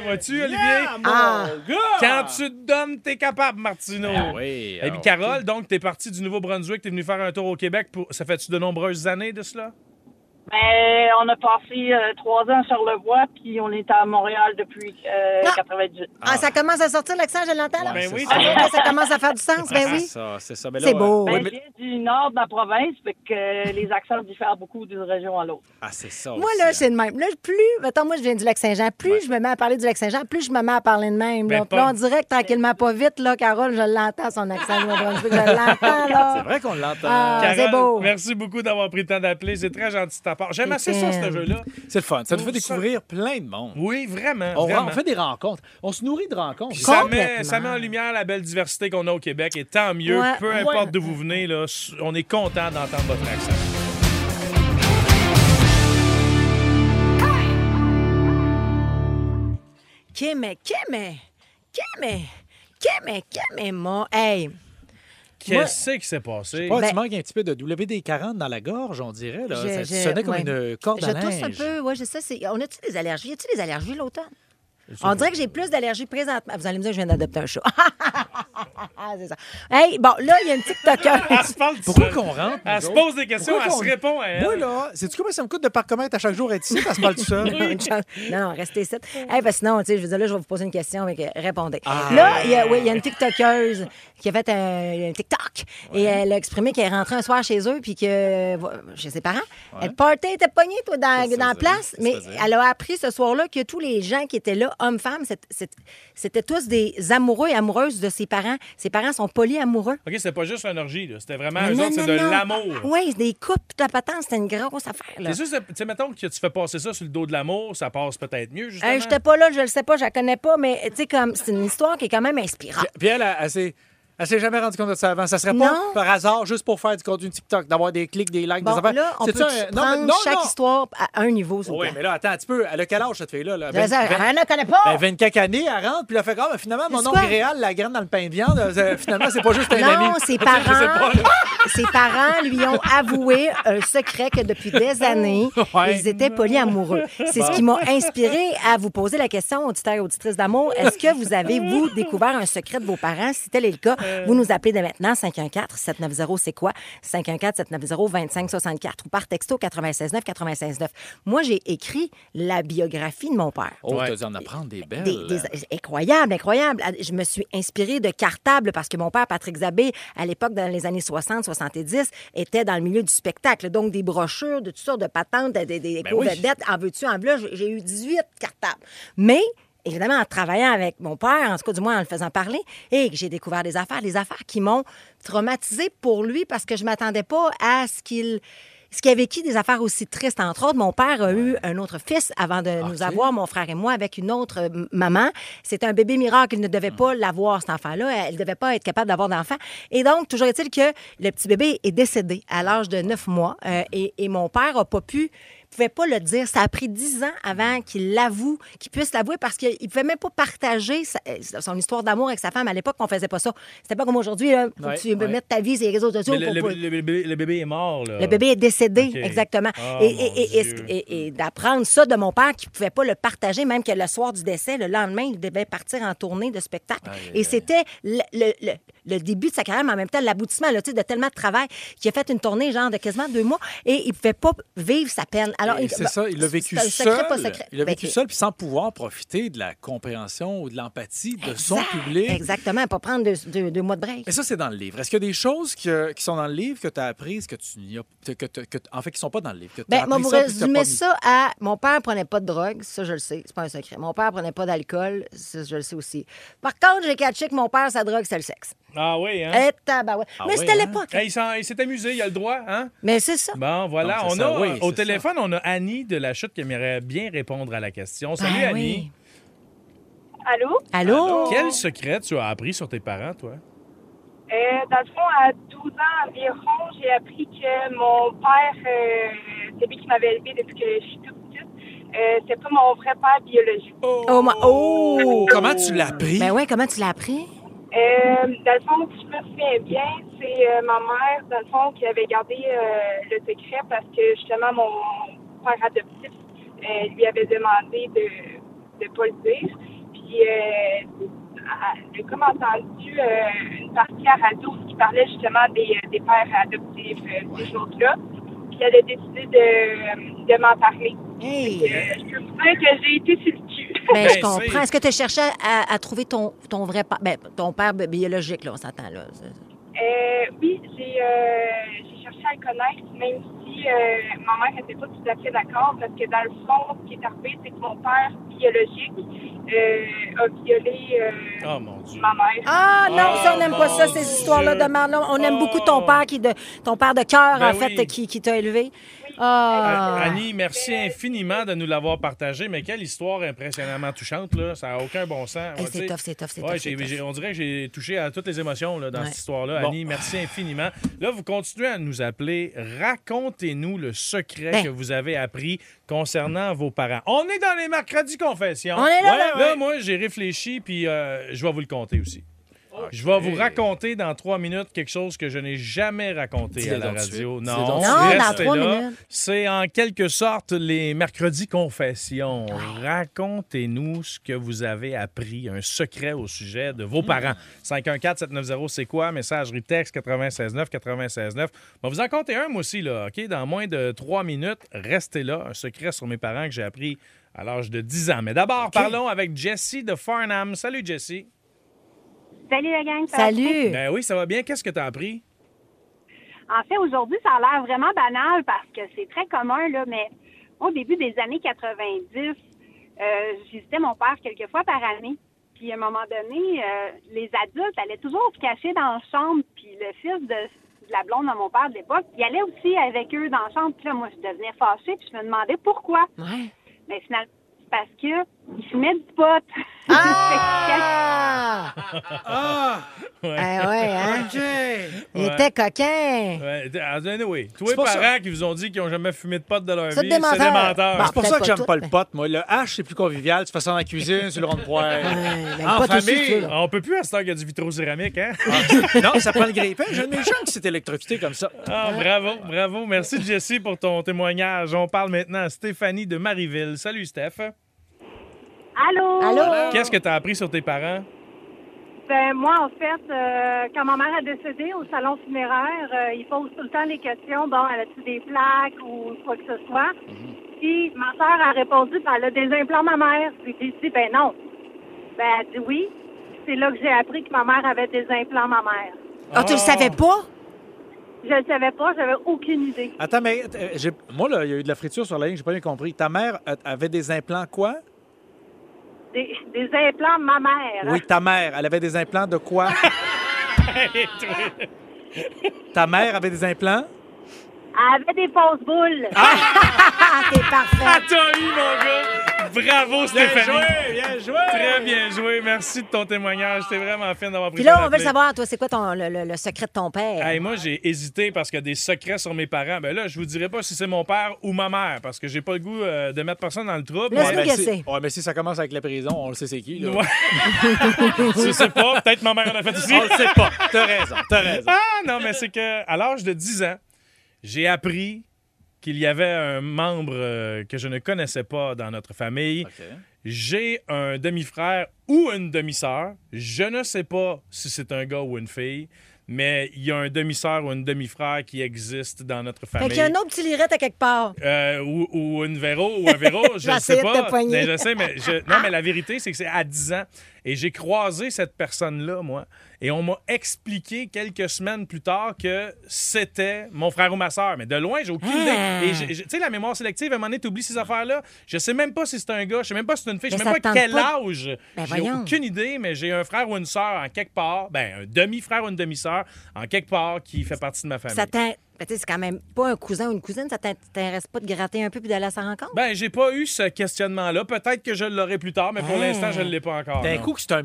S3: vois-tu, Olivier?
S4: Yeah, mon
S5: Ah.
S4: gars!
S3: Quand tu te donnes, t'es capable, Martino.
S4: Ah oui,
S3: Et puis,
S4: ah,
S5: Ben
S3: Carole, donc, t'es partie du Nouveau-Brunswick, t'es venue faire un tour au Québec. Pour... Ça fait-tu de nombreuses années de cela?
S9: Mais Ben, on a passé euh, trois ans sur le bois, puis on est à Montréal depuis euh,
S5: Ah.
S9: 98.
S5: Ah, ça commence à sortir l'accent, je l'entends. là.
S4: Ouais,
S3: Ben oui,
S4: c'est
S3: ça.
S5: Ah, ça commence à faire du sens, ben
S4: C'est
S5: oui.
S4: Ah, ça, c'est ça. Mais là,
S5: C'est
S4: euh,
S5: beau.
S4: oui,
S9: Ben, je
S4: mais-
S9: viens du nord de la province, fait que euh, les accents diffèrent beaucoup d'une région à l'autre.
S4: Ah, c'est ça.
S5: Moi, là,
S4: aussi, hein.
S5: c'est de même. Là, plus, mettons, moi, je viens du Lac-Saint-Jean. Plus je me mets à parler du Lac-Saint-Jean, plus je me mets à parler de même.
S3: Ben,
S5: là. Puis
S3: pas-
S5: là, on dirait que tranquillement, pas vite, là, Carole, je l'entends, son accent. du Nouveau-Brunswick. je l'entends, là.
S4: C'est vrai qu'on l'entend.
S5: Ah.
S3: Carole,
S5: c'est beau.
S3: merci beaucoup d'avoir pris le temps d'appeler. C'est très gentil de ta part. J'aime assez ça, ce
S5: t'aime.
S3: jeu-là.
S4: C'est le fun. Ça nous fait
S3: Trouve ça-
S4: découvrir plein de monde.
S3: Oui, vraiment.
S4: On,
S3: vraiment.
S4: on fait des rencontres. On se nourrit de rencontres.
S3: Puis ça met,
S5: Complètement.
S3: ça met en lumière la belle diversité qu'on a au Québec. Et tant mieux,
S5: Ouais,
S3: peu
S5: ouais.
S3: importe d'où vous venez, là, s- on est content d'entendre votre accent.
S5: Kime, Kime, Kime, Kime, Kime, mon. Hey,
S3: Qu'est-ce qui s'est passé?
S4: Ouais,
S5: Ben-
S4: tu manques un petit peu de WD-40 dans la gorge, on dirait. Là.
S5: je-
S4: Ah, ça
S5: je-
S4: sonnait comme
S5: ouais.
S4: une euh, corde à
S5: Je tousse un
S4: linge.
S5: peu, ouais, je sais. c'est- On a-tu des allergies? Y a-tu des allergies l'automne? On dirait que j'ai plus d'allergies présentement. Vous allez me dire que je viens d'adopter un chat. c'est ça. Hey, bon, là, il y a une
S3: Elle se
S5: TikToker.
S3: parle tout
S4: Pourquoi
S3: seul.
S4: qu'on rentre?
S3: Elle
S4: nous
S3: se
S4: autres?
S3: pose des questions,
S4: Pourquoi
S3: elle
S4: qu'on-
S3: se répond à elle.
S4: Moi, là, sais-tu comment ça me coûte de par commettre à chaque jour être ici parce qu'on parle tout seul?
S5: Une chance. non, non, restez ici. Hey, parce que sinon, tu sais, je veux dire, là, je vais vous poser une question, mais que répondez.
S3: Ah.
S5: Là, il y, a, oui, il y a une TikTokeuse qui a fait un, un TikTok et elle a exprimé qu'elle est rentrée un soir chez eux puis que, voilà, chez ses parents, le party était pogné, toi, dans,
S4: Qu'est-ce que ça
S5: dans la
S4: veut dire?
S5: place,
S4: Qu'est-ce
S5: mais
S4: que ça veut dire?
S5: elle a appris ce soir-là que tous les gens qui étaient là, hommes, femmes, c'est- c'est- c'était tous des amoureux et amoureuses de ses parents. Ses parents sont polyamoureux.
S3: OK, c'était pas juste une orgie, là. C'était vraiment,
S5: Mais
S3: eux
S5: non,
S3: autres, c'est de
S5: non, non.
S3: l'amour.
S5: Oui, c'est des couples, toute la patente, c'était une grosse affaire. Là.
S3: C'est sûr, c'est- tu sais, mettons que tu fais passer ça sur le dos de l'amour, ça passe peut-être mieux, justement.
S5: Hey, j'étais pas là, je le sais pas, je la connais pas, mais tu sais, comme, c'est une histoire qui est quand même inspirante.
S4: Puis elle, elle, elle s'est- elle s'est jamais rendue compte de ça avant. Ça serait pas
S5: Non.
S4: par hasard juste pour faire du contenu TikTok, d'avoir des clics, des likes,
S5: Bon,
S4: des affaires.
S5: là, on peut
S4: C'est-tu un- Non, mais-
S5: prendre
S4: non,
S5: chaque
S4: non.
S5: histoire à un niveau, s'il vous
S4: Oui,
S5: plaît.
S4: mais là, attends un petit peu. Elle a quel âge, cette fille-là? là?
S5: Je veux
S4: Vingt-
S5: dire,
S4: vingt-
S5: elle ne connaît pas.
S4: Ben, 24 années, elle rentre, puis là, fait comme, Ah, finalement, mon
S5: C'est
S4: oncle
S5: quoi?
S4: Réal la graine dans le pain de viande, euh, finalement, c'est pas juste un ami.
S5: non, ses
S4: Tu sais, je sais
S5: parents,
S4: pas, là.
S5: ses parents lui ont avoué un secret que depuis des années,
S4: Oh, Ouais.
S5: ils étaient polyamoureux. C'est ce qui m'a inspiré à vous poser la question, auditeur et auditrice d'amour. Est-ce que vous avez, vous, découvert un secret de vos parents? Si tel est le cas,
S4: Euh.
S5: vous nous appelez dès maintenant, 514-790, c'est quoi? 514-790-2564 ou par texto 96.9, 96.9. Moi, j'ai écrit la biographie de mon père.
S4: Oh,
S3: Ouais.
S4: t'as dû en apprendre des belles.
S5: Des- des- incroyable, incroyable. Ah, Je me suis inspirée de cartables parce que mon père, Patrick Zabé, à l'époque, dans les années 60, 70, était dans le milieu du spectacle. Donc, des brochures, de toutes sortes de patentes, des, des, des cours
S4: oui.
S5: de dette, en veux-tu, en v'là. J'ai- J'ai eu 18 cartables. Mais, évidemment, en travaillant avec mon père, en tout cas, du moins, en le faisant parler, et que j'ai découvert des affaires, des affaires qui m'ont traumatisée pour lui parce que je m'attendais pas à ce qu'il... Ce qui a vécu des affaires aussi tristes, entre autres, mon père a eu un autre fils avant de nous
S4: Ok.
S5: avoir avoir, mon frère et moi, avec une autre euh, m- maman. C'est un bébé miracle. Il ne devait
S3: Ah.
S5: pas l'avoir, cet enfant-là. Elle ne devait pas être capable d'avoir d'enfant. Et donc, toujours est-il que le petit bébé est décédé à l'âge de 9 mois.
S3: Ah.
S5: euh, et, et mon père n'a pas pu pouvait pas le dire. Ça a pris 10 ans
S3: Mm.
S5: avant qu'il l'avoue, qu'il puisse l'avouer parce qu'il ne pouvait même pas partager sa- euh, son histoire d'amour avec sa femme. À l'époque, on faisait pas ça. C'était pas comme aujourd'hui. là, faut que
S4: Ouais,
S5: tu peux
S4: ouais.
S5: mettre ta vie sur les réseaux sociaux.
S3: Mais le,
S5: pour-
S3: le-
S5: pour-
S3: le bébé, le bébé est mort, là.
S5: le
S4: Euh,
S5: bébé est décédé,
S3: Ok.
S5: exactement.
S3: Ah,
S4: Oh,
S5: et
S3: mon
S5: et- et- et-
S3: Dieu.
S5: et- et d'apprendre ça de mon père qui ne pouvait pas le partager, même que le soir du décès, le lendemain, il devait partir en tournée de spectacle. et c'était le, le- le- le début de sa carrière, mais en même temps l'aboutissement là, tu sais, de tellement de travail qu'il a fait une tournée genre de quasiment deux mois et il ne pouvait pas vivre sa peine. Alors,
S4: Et
S5: il-
S4: c'est
S5: bah,
S4: ça, il l'a vécu
S5: c'est un
S4: seul.
S5: Secret, pas secret.
S4: Il l'a
S5: Ben,
S4: vécu seul, puis sans pouvoir profiter de la compréhension ou de l'empathie de son
S5: exact,
S4: public.
S5: Exactement, pas prendre deux, deux- deux mois de break.
S4: Mais ça, c'est dans le livre. Est-ce qu'il y a des choses que- qui sont dans le livre que tu as apprises, que tu n'y as que, t'as- que t'- en fait, qui sont pas dans le livre? Que t'as
S5: Ben, moi,
S4: appris
S5: vous
S4: ça, puis que t'as pas
S5: résumez
S4: mis?
S5: ça à mon père prenait pas de drogue, ça je le sais, c'est pas un secret. Mon père prenait pas d'alcool, ça je le sais aussi. Par contre, j'ai catché que mon père sa drogue c'est le sexe.
S3: Ah oui, hein?
S5: Eh tabarouette.
S4: Ah
S5: Mais
S4: oui,
S5: c'était
S4: hein?
S5: l'époque.
S3: Eh, il s'en- il s'est amusé, il a le droit, hein?
S5: Mais c'est ça.
S3: Bon, voilà.
S4: Donc,
S3: On
S4: c'est ça,
S3: a,
S4: oui,
S3: au
S4: c'est
S3: téléphone, on a Annie de la Chute qui aimerait bien répondre à la question. Salut,
S5: Ben
S3: Annie. Oh.
S5: oui. Oh.
S7: Allô?
S5: Allô?
S3: Quel secret tu as appris sur tes parents, toi?
S7: Euh, dans le fond, à 12 ans environ, j'ai appris que mon père, euh, c'est lui qui m'avait élevé depuis que je suis toute petite, euh, c'est pas mon vrai père biologique.
S5: Oh, moi- oh!
S4: Comment tu l'as appris?
S5: Ben ouais, comment tu l'as appris?
S7: Euh, dans le fond, si je me souviens bien, c'est euh, ma mère, dans le fond, qui avait gardé euh, le secret parce que justement, mon père adoptif euh, lui avait demandé de ne pas le dire. Puis, euh, à- j'ai comme entendu euh, une partie à radio qui parlait justement des, euh, des pères adoptifs, euh, ces choses-là. Puis, elle a décidé de, de m'en parler.
S5: Hey.
S7: Euh, je peux vous dire que j'ai été sur le cul.
S5: Ben, je
S3: Ben,
S5: comprends.
S3: c'est-
S5: Est-ce que tu cherchais à, à trouver ton, ton vrai père? Ben, ton père bi- biologique, là, on s'entend, là.
S7: Euh, oui, j'ai euh, j'ai cherché à le connaître, même si euh, ma mère n'était pas tout à fait d'accord, parce que dans le fond, ce qui est arrivé, c'est que mon père biologique euh, a violé euh,
S3: Oh mon Dieu.
S7: ma mère.
S5: Ah non,
S3: Oh,
S5: ça, on n'aime pas ça,
S3: mon
S5: ces histoires-là de
S3: Dieu.
S5: merde. là. On aime
S3: Oh.
S5: beaucoup ton père, qui de, ton père de cœur,
S3: Ben
S5: en fait,
S3: oui.
S5: qui, qui t'a élevé.
S7: Oui.
S5: Ah.
S3: A- Euh, Annie, merci infiniment de nous l'avoir partagé, mais quelle histoire impressionnamment touchante, là. Ça n'a aucun bon sens.
S5: Hey,
S3: Ouais,
S5: c'est
S3: tu sais.
S5: tough, c'est tough, c'est
S3: Ouais,
S5: tough,
S3: j'ai-
S5: c'est tough.
S3: j'ai- On dirait que j'ai touché à toutes les émotions là, dans
S5: Ouais.
S3: cette histoire-là. Annie, merci infiniment. Là, vous continuez à nous appeler. Racontez-nous le secret
S5: Ben.
S3: que vous avez appris concernant vos parents. On est dans les mercredis confessions.
S5: On est là, là.
S3: là, moi, j'ai réfléchi, puis euh, je vais vous le compter aussi. Je vais vous raconter dans trois minutes quelque chose que je n'ai jamais raconté
S4: Dis-le
S3: à la
S4: donc tout de
S3: radio.
S4: suite.
S3: Non,
S4: Dis-le donc
S5: tout de Non, suite. dans
S3: restez
S5: trois
S3: là.
S5: minutes.
S3: C'est en quelque sorte les mercredis confessions.
S5: Ah.
S3: Racontez-nous ce que vous avez appris, un secret au sujet de vos parents.
S5: Hmm.
S3: 514-790, c'est quoi? Messagerie texte 969 969. Bon, vous en comptez un, moi aussi, là, OK? Dans moins de trois minutes, restez là. Un secret sur mes parents que j'ai appris à l'âge de 10 ans. Mais d'abord, parlons avec Jessie de Farnham. Salut, Jessie.
S9: Salut la gang.
S5: Salut.
S3: Ben oui, ça va bien. Qu'est-ce que t'as appris?
S9: En fait, aujourd'hui, ça a l'air vraiment banal parce que c'est très commun, là, mais au début des années 90, euh, je visitais mon père quelques fois par année. Puis à un moment donné, euh, les adultes allaient toujours se cacher dans la chambre. Puis le fils de, de la blonde de mon père de l'époque, il allait aussi avec eux dans la chambre. Puis là, moi, je devenais fâchée. Puis je me demandais pourquoi.
S5: Ouais.
S9: Mais finalement, c'est parce que il fumait du pot.
S5: Ah!
S4: Ah!
S5: Ah ouais, hein? Il
S3: Ouais.
S5: était coquin.
S3: Ouais, Ben, t- anyway, tous les
S4: pas
S3: parents
S4: ça.
S3: qui vous ont dit qu'ils n'ont jamais fumé de potes de leur
S5: C'est
S3: vie,
S5: des menteurs.
S3: c'est des menteurs.
S5: Bon.
S4: C'est pour
S5: peut-être
S4: ça que
S5: pas
S4: j'aime
S5: tout,
S4: pas le
S5: mais-
S4: pote, moi. Le H, c'est plus convivial. Tu fais ça dans la cuisine, sur le rond de poêle.
S5: ben, le
S4: en
S5: pot aussi, tu veux,
S4: famille.
S5: là.
S3: On peut plus à cette heure qu'il y a du vitrocéramique, hein?
S4: Ah. non, ça prend le grippin. J'ai un de mes chums qui s'est électrocuté comme ça.
S3: Ah, bravo, bravo. Merci, Jessie, pour ton témoignage. On parle maintenant à Stéphanie de Marieville. Salut, Steph.
S9: Allô?
S5: Allô?
S3: Qu'est-ce que t'as appris sur tes parents?
S9: Ben, moi, en fait, euh, quand ma mère a décédé au salon funéraire, euh, ils posent tout le temps les questions, bon, elle a-tu des plaques ou quoi que ce soit. Puis ma soeur a répondu, ben, elle a des implants, ma mère. Puis j'ai dit, ben non. Ben, elle a dit oui. C'est là que j'ai appris que ma mère avait des implants, ma mère.
S5: Ah, tu le savais pas?
S9: Je ne savais pas, j'avais aucune idée.
S4: Attends, mais euh, j'ai- moi, là, il y a eu de la friture sur la ligne, j'ai pas bien compris. Ta mère euh, avait des implants quoi?
S9: Des, des implants, ma mère.
S4: Oui, ta mère, elle avait des implants de quoi? ta mère avait des implants?
S9: Elle avait des fausses boules.
S5: Ah, t'es parfait.
S3: T'as eu, mon gars! Bravo, Stéphanie!
S4: bien joué!
S3: Très bien joué. Merci de ton témoignage. C'était vraiment fin d'avoir pris
S5: Puis
S3: le temps
S5: là, on veut le
S3: d'appeler.
S5: savoir, toi, c'est quoi ton, le, le- le secret de ton père?
S3: Hey, moi, j'ai hésité parce que des secrets sur mes parents. Ben là, je vous dirai pas si c'est mon père ou ma mère parce que j'ai pas le goût euh, de mettre personne dans le trouble.
S5: Laisse-nous
S3: Mais-
S5: Qu'est-ce que
S4: si-
S5: c'est?
S4: ouais, mais si ça commence avec la prison, on le sait c'est qui. Là.
S3: Ouais. je sais pas, peut-être ma mère en a fait aussi.
S4: On le sait pas. T'as raison, t'as raison.
S3: Ah non, mais c'est que à l'âge de 10 ans, j'ai appris qu'il y avait un membre euh, que je ne connaissais pas dans notre famille. J'ai un demi-frère ou une demi-sœur. Je ne sais pas si c'est un gars ou une fille, mais il y a un demi-sœur ou une demi-frère qui existe dans notre
S5: Fait
S3: famille.
S5: qu'il y a un autre petit lirette à quelque part.
S3: Euh, ou, ou une Véro ou un Véro, je ne
S5: J'essayais
S3: sais
S5: de
S3: pas.
S5: te poigner.
S3: Mais je sais, mais je- Non, mais la vérité, c'est que c'est à 10 ans. Et j'ai croisé cette personne-là, moi. Et on m'a expliqué quelques semaines plus tard que c'était mon frère ou ma soeur. Mais de loin, j'ai aucune
S5: Ah.
S3: idée. Et j'ai- j'ai- tu sais, la mémoire sélective, à un moment donné, t'oublies ces affaires-là. Je sais même pas si c'est un gars, je sais même pas si c'est une fille, je
S5: Mais
S3: sais
S5: ça
S3: même pas
S5: te tente
S3: quel
S5: pas
S3: âge.
S5: Ben,
S3: j'ai
S5: voyons.
S3: aucune idée, mais j'ai un frère ou une soeur en quelque part, ben un demi-frère ou une demi-sœur en quelque part qui fait partie de ma famille.
S5: Ça t'in- ben, tu sais, c'est quand même pas un cousin ou une cousine, ça t'in- t'intéresse pas de gratter un peu puis d'aller à sa rencontre?
S3: Ben, j'ai pas eu ce questionnement-là. Peut-être que je l'aurai plus tard, mais pour
S4: Ah.
S5: Hein.
S3: l'instant, je ne l'ai pas encore.
S4: D'un
S3: non.
S4: coup, que c'est un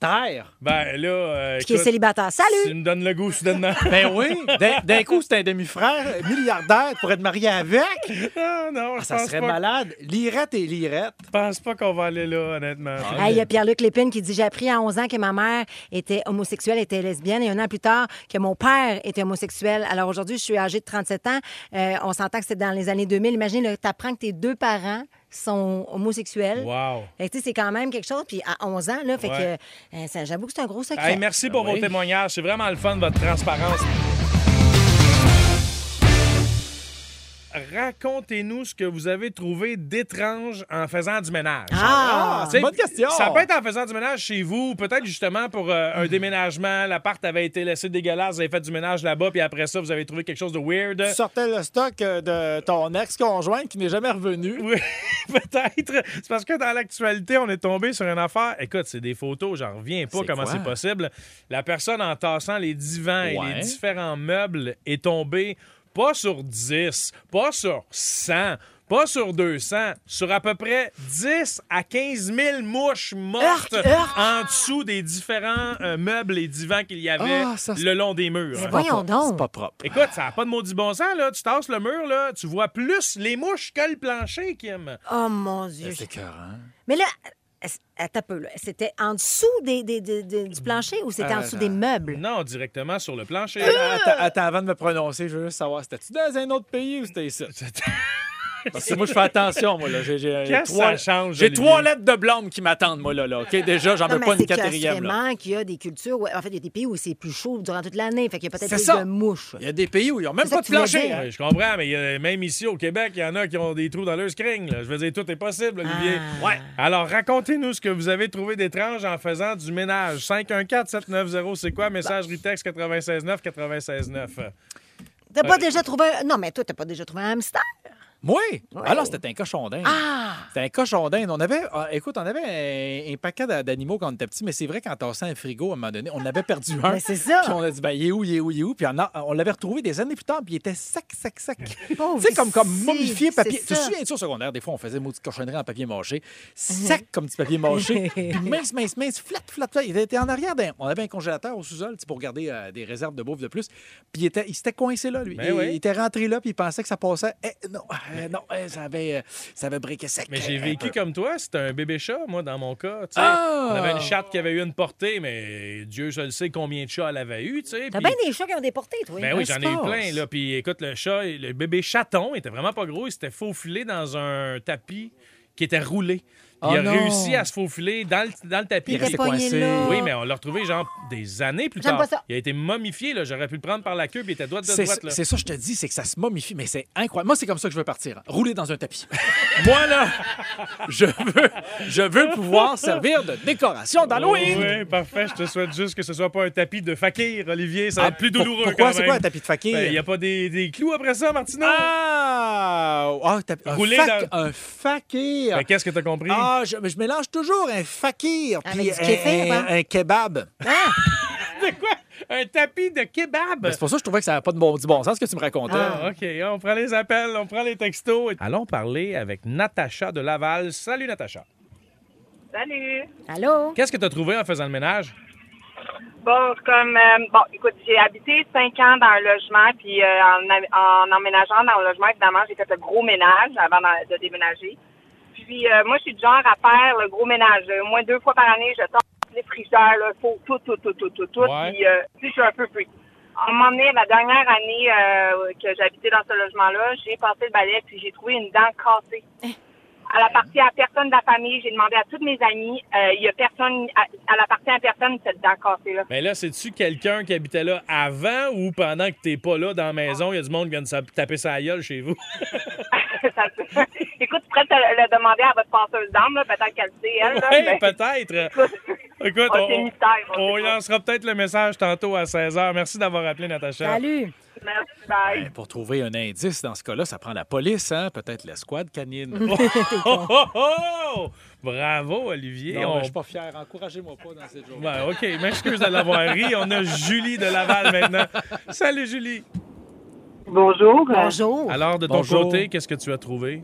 S4: milliardaire.
S3: Ben, là. euh,
S5: Puis qui est
S3: écoute,
S5: célibataire.
S3: Tu
S5: Salut!
S3: me donnes le goût soudainement.
S4: Ben oui. D'un- D'un coup, c'est un demi-frère, milliardaire, pour être marié avec.
S3: Ah, non,
S4: Ah,
S3: je
S4: ça
S3: pense
S4: serait
S3: pas,
S4: malade. Lirette et lirette.
S3: je pense pas qu'on va aller là, honnêtement.
S5: Hey,
S4: Ah,
S5: Il y a Pierre-Luc Lépine qui dit J'ai appris à 11 ans que ma mère était homosexuelle, était lesbienne, et un an plus tard que mon père était homosexuel. Alors aujourd'hui, je suis suis âgée de 37 ans. Euh, on s'entend que c'est dans les années 2000. Imagine, tu apprends que tes deux parents sont homosexuels.
S3: Wow.
S5: Fait que, tu sais, c'est quand même quelque chose. Puis à 11 ans, là, fait
S3: Ouais.
S5: que euh, ça- j'avoue que c'est un gros secret.
S3: Hey, merci pour
S4: Ah, oui.
S3: vos témoignages. C'est vraiment le fun, votre transparence. Racontez-nous ce que vous avez trouvé d'étrange en faisant du ménage.
S5: Ah!
S3: Tu sais,
S4: Bonne question.
S3: Ça peut être en faisant du ménage chez vous, peut-être justement pour euh, un déménagement, l'appart avait été laissé dégueulasse, vous avez fait du ménage là-bas, puis après ça, vous avez trouvé quelque chose de weird.
S4: Tu sortais le stock euh, de ton ex-conjoint qui n'est jamais revenu.
S3: Oui, peut-être. C'est parce que dans l'actualité, on est tombé sur une affaire. Écoute, c'est des photos, j'en reviens pas
S4: C'est
S3: comment
S4: quoi?
S3: c'est possible. La personne en tassant les divans et
S4: Ouais.
S3: les différents meubles est tombée pas sur 10, pas sur 100, pas sur 200, sur à peu près 10 à 15 000 mouches mortes
S4: Arc, arc.
S3: en dessous des différents euh, meubles et divans qu'il y avait
S4: Ah, ça, c'est- ben.
S3: le long des murs.
S5: Mais
S3: hein.
S5: voyons donc.
S4: C'est pas propre.
S3: Écoute, ça n'a pas de maudit bon sens, là. Tu tasses le mur, là, tu vois plus les mouches que le plancher, Kim.
S5: Oh mon Dieu.
S4: C'est écœurant.
S5: Mais là, est-ce- attends un peu, là. C'était en dessous des, des- des- des- du plancher ou
S3: Euh,
S5: c'était en dessous des meubles?
S3: Non, directement sur le plancher.
S5: Ah!
S4: Attends, attends, avant de me prononcer, je veux juste savoir, c'était-tu dans un autre pays ou c'était ici? Parce que moi, je fais attention, moi, là. J'ai- J'ai
S3: Qu'est-ce que ça
S4: trois,
S3: change,
S4: j'ai
S3: Olivier?
S4: trois lettres de blonde qui m'attendent, moi, là. là. OK, déjà, j'en veux
S5: Non,
S4: Ah, pas
S5: mais
S4: une
S5: c'est que
S4: quatrième, là.
S5: vraiment qu'il y a des cultures. où- en fait, il y a des pays où c'est plus chaud durant toute l'année. Fait qu'il y a peut-être
S4: C'est
S5: plus
S4: ça.
S5: de mouches.
S4: Il y a des pays où ils n'ont même
S5: C'est ça
S4: pas
S5: que
S4: de
S5: tu
S4: plancher.
S5: voulais dire.
S4: hein.
S3: Ouais, je comprends, mais euh, même ici au Québec, il y en a qui ont des trous dans leur screen. là. Je veux dire, tout est possible, Olivier.
S5: Ah.
S3: Ouais. Alors, racontez-nous ce que vous avez trouvé d'étrange en faisant du ménage. 514-790, c'est
S5: Bah.
S3: quoi? Messagerie texte 96.9, 96.9.
S5: T'as pas déjà trouvé. un- Non, mais toi, t'as pas déjà trouvé un hamster?
S4: Moi? Alors, c'était un cochon d'Inde.
S5: Ah!
S4: C'était un cochon d'Inde. On avait, ah, écoute, on avait un, un paquet d'a- d'animaux quand on était petit, mais c'est vrai qu'en tassant un frigo, à un moment donné, on en avait perdu un.
S5: Mais c'est ça.
S4: Puis on a dit, ben, il est où, il est où, il est où? Puis on, a- on l'avait retrouvé des années plus tard, puis il était sec, sec, sec. tu
S5: Pauvre
S4: sais, comme, comme
S5: petit,
S4: momifié papier.
S5: Oh, c'est
S4: Tu te
S5: ça.
S4: souviens-tu au secondaire, des fois, on faisait maudite cochonnerie en papier mâché.
S5: Uh-huh.
S4: Sec comme du papier mâché. puis mince, mince, mince, flat, flat, flat. Il était en arrière. d'un- on avait un congélateur au sous-sol, tu sais, pour garder euh, des réserves de bouffe de plus. Puis il, était, il s'était coincé là, lui.
S3: Ben
S4: il,
S3: oui.
S4: il était rentré là, puis il pensait que ça passait. Eh, non, eh, non, eh, ça avait, euh, ça avait briqué sec. Euh,
S3: Mais j'ai
S4: Un
S3: vécu
S4: peu.
S3: comme toi, c'était un bébé chat, moi, dans mon cas. tu sais.
S4: Ah!
S3: On avait une chatte qui avait eu une portée, mais Dieu seul sait combien de chats elle avait eu, tu sais.
S5: T'as
S3: puis-
S5: bien des chats qui ont des portées, toi.
S3: Ben oui,
S4: qu'est-ce
S3: j'en
S4: qui
S3: ai eu
S4: se
S3: plein.
S4: passe?
S3: Là. Puis écoute, le chat, le bébé chaton, il était vraiment pas gros. Il s'était faufilé dans un tapis qui était roulé. Puis
S4: Oh
S3: il a
S4: non.
S3: réussi à se faufiler dans le, dans le tapis.
S5: Il était
S3: Puis-
S4: pas-
S5: pogné
S4: coincé.
S5: là.
S3: Oui, mais on l'a retrouvé genre des années plus
S5: J'aime
S3: tard.
S5: pas ça.
S3: Il a été momifié. là. J'aurais pu le prendre par la queue, puis il était droite de
S4: C'est
S3: droite. Là.
S4: c'est ça, je te dis, c'est que ça se momifie, mais c'est incroyable. Moi, c'est comme ça que je veux partir. hein. Rouler dans un tapis. Moi, là, je veux, je veux pouvoir servir de décoration d'Halloween.
S3: Oui, parfait. Je te souhaite juste que ce soit pas un tapis de fakir, Olivier. Ça va
S4: Ah,
S3: être plus
S4: pour-
S3: douloureux.
S4: pourquoi?
S3: quand
S4: C'est
S3: même.
S4: quoi un tapis de fakir?
S3: Ben, Il n'y a pas des, des clous après ça, Martino?
S4: Ah! Ah, t'as- un,
S3: Rouler
S4: fac-
S3: dans-
S4: un fakir.
S3: Ben, Qu'est-ce que t'as compris?
S4: Ah, je, mais je mélange toujours un fakir
S5: Avec
S4: puis
S5: du kéfir,
S4: un,
S5: hein?
S4: un kebab.
S3: Ben, C'est quoi? Un tapis de kebab?
S4: Ben, c'est pour ça que je trouvais que ça n'avait pas de bon, du bon sens ce que tu me racontais.
S3: Ah, OK. On prend les appels, on prend les textos. Allons parler avec Natacha de Laval. Salut, Natacha.
S7: Salut.
S5: Allô?
S3: Qu'est-ce que tu as trouvé en faisant le ménage?
S7: Bon, comme euh, bon, écoute, j'ai habité cinq ans dans un logement, puis euh, en, a- en emménageant dans le logement, évidemment, j'ai fait le gros ménage avant d'en- de déménager. Puis euh, moi, je suis du genre à faire le gros ménage. Euh, Au moins deux fois par année, je sors les frigères, là, faut tout, tout, tout, tout, tout, tout.
S3: Ouais.
S7: Puis, euh, puis je suis un peu freak. À un moment donné, la dernière année euh, que j'habitais dans ce logement-là, j'ai passé le balai, puis j'ai trouvé une dent cassée elle appartient à personne de la famille. J'ai demandé à toutes mes amies. Euh, Il y a personne, elle appartient à personne cette dent cassée-là.
S3: Mais Ben là, c'est-tu quelqu'un qui habitait là avant ou pendant que t'es pas là dans la maison? Il y a du monde qui vient de sa- taper sa gueule chez vous.
S7: Ça se peut. Écoute, tu pourrais te le le demander à votre passeuse d'âme, là. peut-être qu'elle sait, elle. Là,
S3: Ouais,
S7: mais-
S3: peut-être. Écoute,
S7: Ah, c'est mystère, ben, on
S3: on,
S7: sait pas.
S3: lancera peut-être le message tantôt à 16h. Merci d'avoir appelé, Natacha.
S5: Salut.
S7: Merci, bye.
S4: Ben, pour trouver un indice, dans ce cas-là, ça prend la police, hein? peut-être l'escouade canine.
S3: Oh, oh, oh! Bravo, Olivier.
S4: Non,
S3: On-
S4: mais je suis pas fier. Encouragez-moi pas dans cette journée.
S3: Ben, OK, m'excuse de l'avoir ri. On a Julie de Laval maintenant. Salut, Julie.
S10: Bonjour.
S5: Bonjour.
S3: Alors, de ton
S4: Bonjour.
S3: côté, qu'est-ce que tu as trouvé?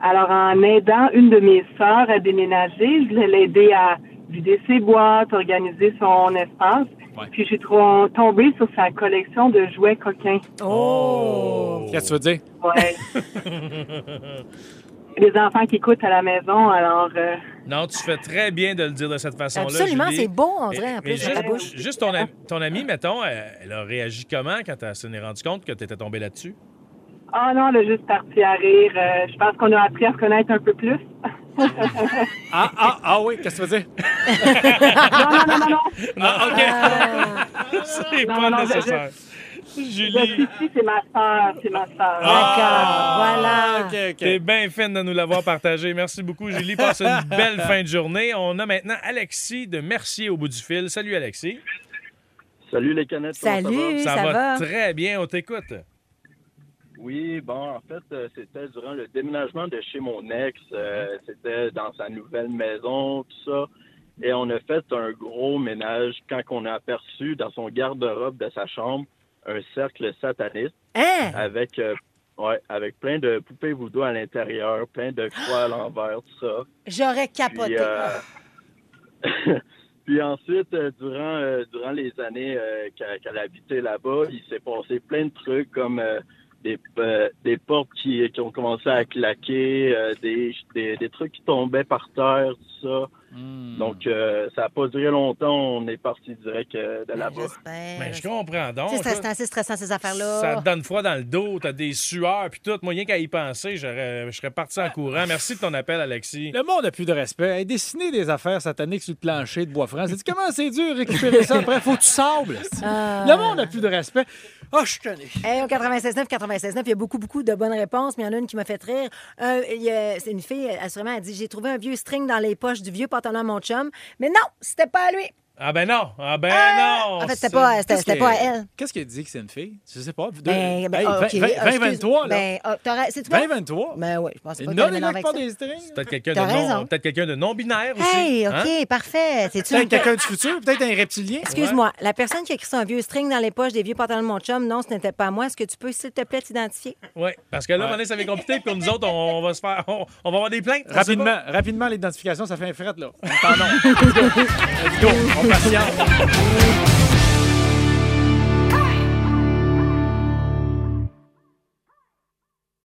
S10: Alors, en aidant une de mes sœurs à déménager, je voulais l'aider à vider ses boîtes, organiser son espace.
S4: Ouais.
S10: Puis, je suis tro- tombée sur sa collection de jouets coquins.
S5: Oh!
S4: Qu'est-ce que tu veux dire?
S10: Ouais. les enfants qui écoutent à la maison, alors... euh,
S3: Non, tu fais très bien de le dire de cette façon-là.
S5: Absolument,
S3: Julie.
S5: c'est beau, on
S3: Mais-
S5: dirait, en
S3: mais
S5: plus, dans
S3: juste,
S5: ta bouche.
S3: Juste ton, ami, ton amie, mettons, euh, elle a réagi comment quand elle s'en est rendue compte que tu étais tombé là-dessus?
S10: Ah non, elle a juste parti à rire. Euh, je pense qu'on a appris à se connaître un peu plus.
S4: Ah, ah, ah oui, qu'est-ce que tu veux dire?
S10: Ah, Non, non, non, non, non.
S3: Non, Ah, OK.
S5: Ah.
S3: c'est
S10: Non, non,
S3: pas
S10: non, je-
S3: nécessaire.
S10: Je
S3: Julie,
S10: suis c'est ma soeur, c'est ma soeur.
S5: D'accord, voilà.
S4: Ah, OK, OK.
S3: t'es bien fine de nous l'avoir partagé. Merci beaucoup, Julie. Passe une belle fin de journée. On a maintenant Alexis de Mercier au bout du fil. Salut, Alexis.
S8: Salut les canettes. comment ça va?
S5: Salut, ça,
S3: va,
S5: va? Euh,
S3: très bien. On t'écoute.
S8: Oui, bon, en fait, euh, c'était durant le déménagement de chez mon ex. euh, c'était dans sa nouvelle maison, tout ça. Et on a fait un gros ménage quand on a aperçu dans son garde-robe de sa chambre un cercle sataniste
S5: Hein?
S8: avec, euh, ouais, avec plein de poupées voodoo à l'intérieur, plein de croix à l'envers, tout ça.
S5: J'aurais
S8: Puis,
S5: capoté.
S8: euh, puis ensuite, euh, durant, euh, durant les années euh, qu'elle qu'elle habitait là-bas, il s'est passé plein de trucs comme euh, des, euh, des portes qui, qui ont commencé à claquer, euh, des, des, des trucs qui tombaient par terre, tout ça. Donc, euh, ça n'a pas duré longtemps. On est parti direct euh,
S5: Ben,
S8: de là-bas.
S5: J'espère.
S3: Mais Ben, je comprends donc.
S5: C'est
S3: toi.
S5: stressant, c'est stressant, ces
S3: Ça
S5: affaires-là.
S3: te donne froid dans le dos, t'as des sueurs, puis tout. Moi, rien qu'à y penser, j'aurais- je serais parti en courant. Merci de ton appel, Alexis.
S4: Le monde n'a plus de respect. Hey, dessiner des affaires sataniques sur le plancher de Bois-France. C'est comment c'est dur de récupérer ça après? Faut que tu sables. c'est-tu.
S5: Euh. Ah.
S4: Le monde n'a plus de respect. Ah, je suis tanné.
S5: Hey, au 96.9, 96.9, il y a beaucoup, beaucoup de bonnes réponses, mais il y en a une qui m'a fait rire. Un, il y a- c'est une fille, assurément, elle dit J'ai trouvé un vieux string dans les poches du vieux pantalon à mon chum. Mais non, c'était pas à lui.
S3: Ah ben non! Ah ben non!
S5: en fait, c'était pas, à- c'était,
S4: Qu'est-ce
S5: c'était
S4: que-
S5: pas à elle.
S4: Qu'est-ce qu'il dit que c'est une fille? Je sais pas. Deux-
S5: Ben, ben,
S4: Hey, vingt-
S5: ah, OK,
S4: vingt-
S5: ah, excuse-
S4: 20-23, là.
S5: Ben, ah, t'aurais- c'est toi?
S4: 20-23.
S5: Ben oui, je pense pas
S4: Non,
S5: qu'il y en
S4: les gens
S5: avait
S4: qui
S5: avec
S4: portent
S5: ça.
S4: des strings.
S3: Peut-être quelqu'un
S5: T'as
S3: de, non,
S5: raison.
S3: peut-être quelqu'un de non binaire aussi.
S5: Hey, OK,
S3: hein?
S5: parfait. C'est-tu
S4: Peut-être
S5: une-
S4: quelqu'un du futur, peut-être un reptilien.
S5: Excuse-moi, la personne qui a écrit ça, un vieux string dans les poches des vieux pantalons de mon chum, non, ce n'était pas moi. Est-ce que tu peux, s'il te plaît, t'identifier?
S3: Oui, parce que là, à un moment donné, ça va être compliqué, puis nous autres, on, on va se faire. On, on va avoir des plaintes. on sait
S4: Rapidement,
S3: pas.
S4: rapidement, l'identification, ça fait un fret, là. On est en onde. Let's go, on patiente.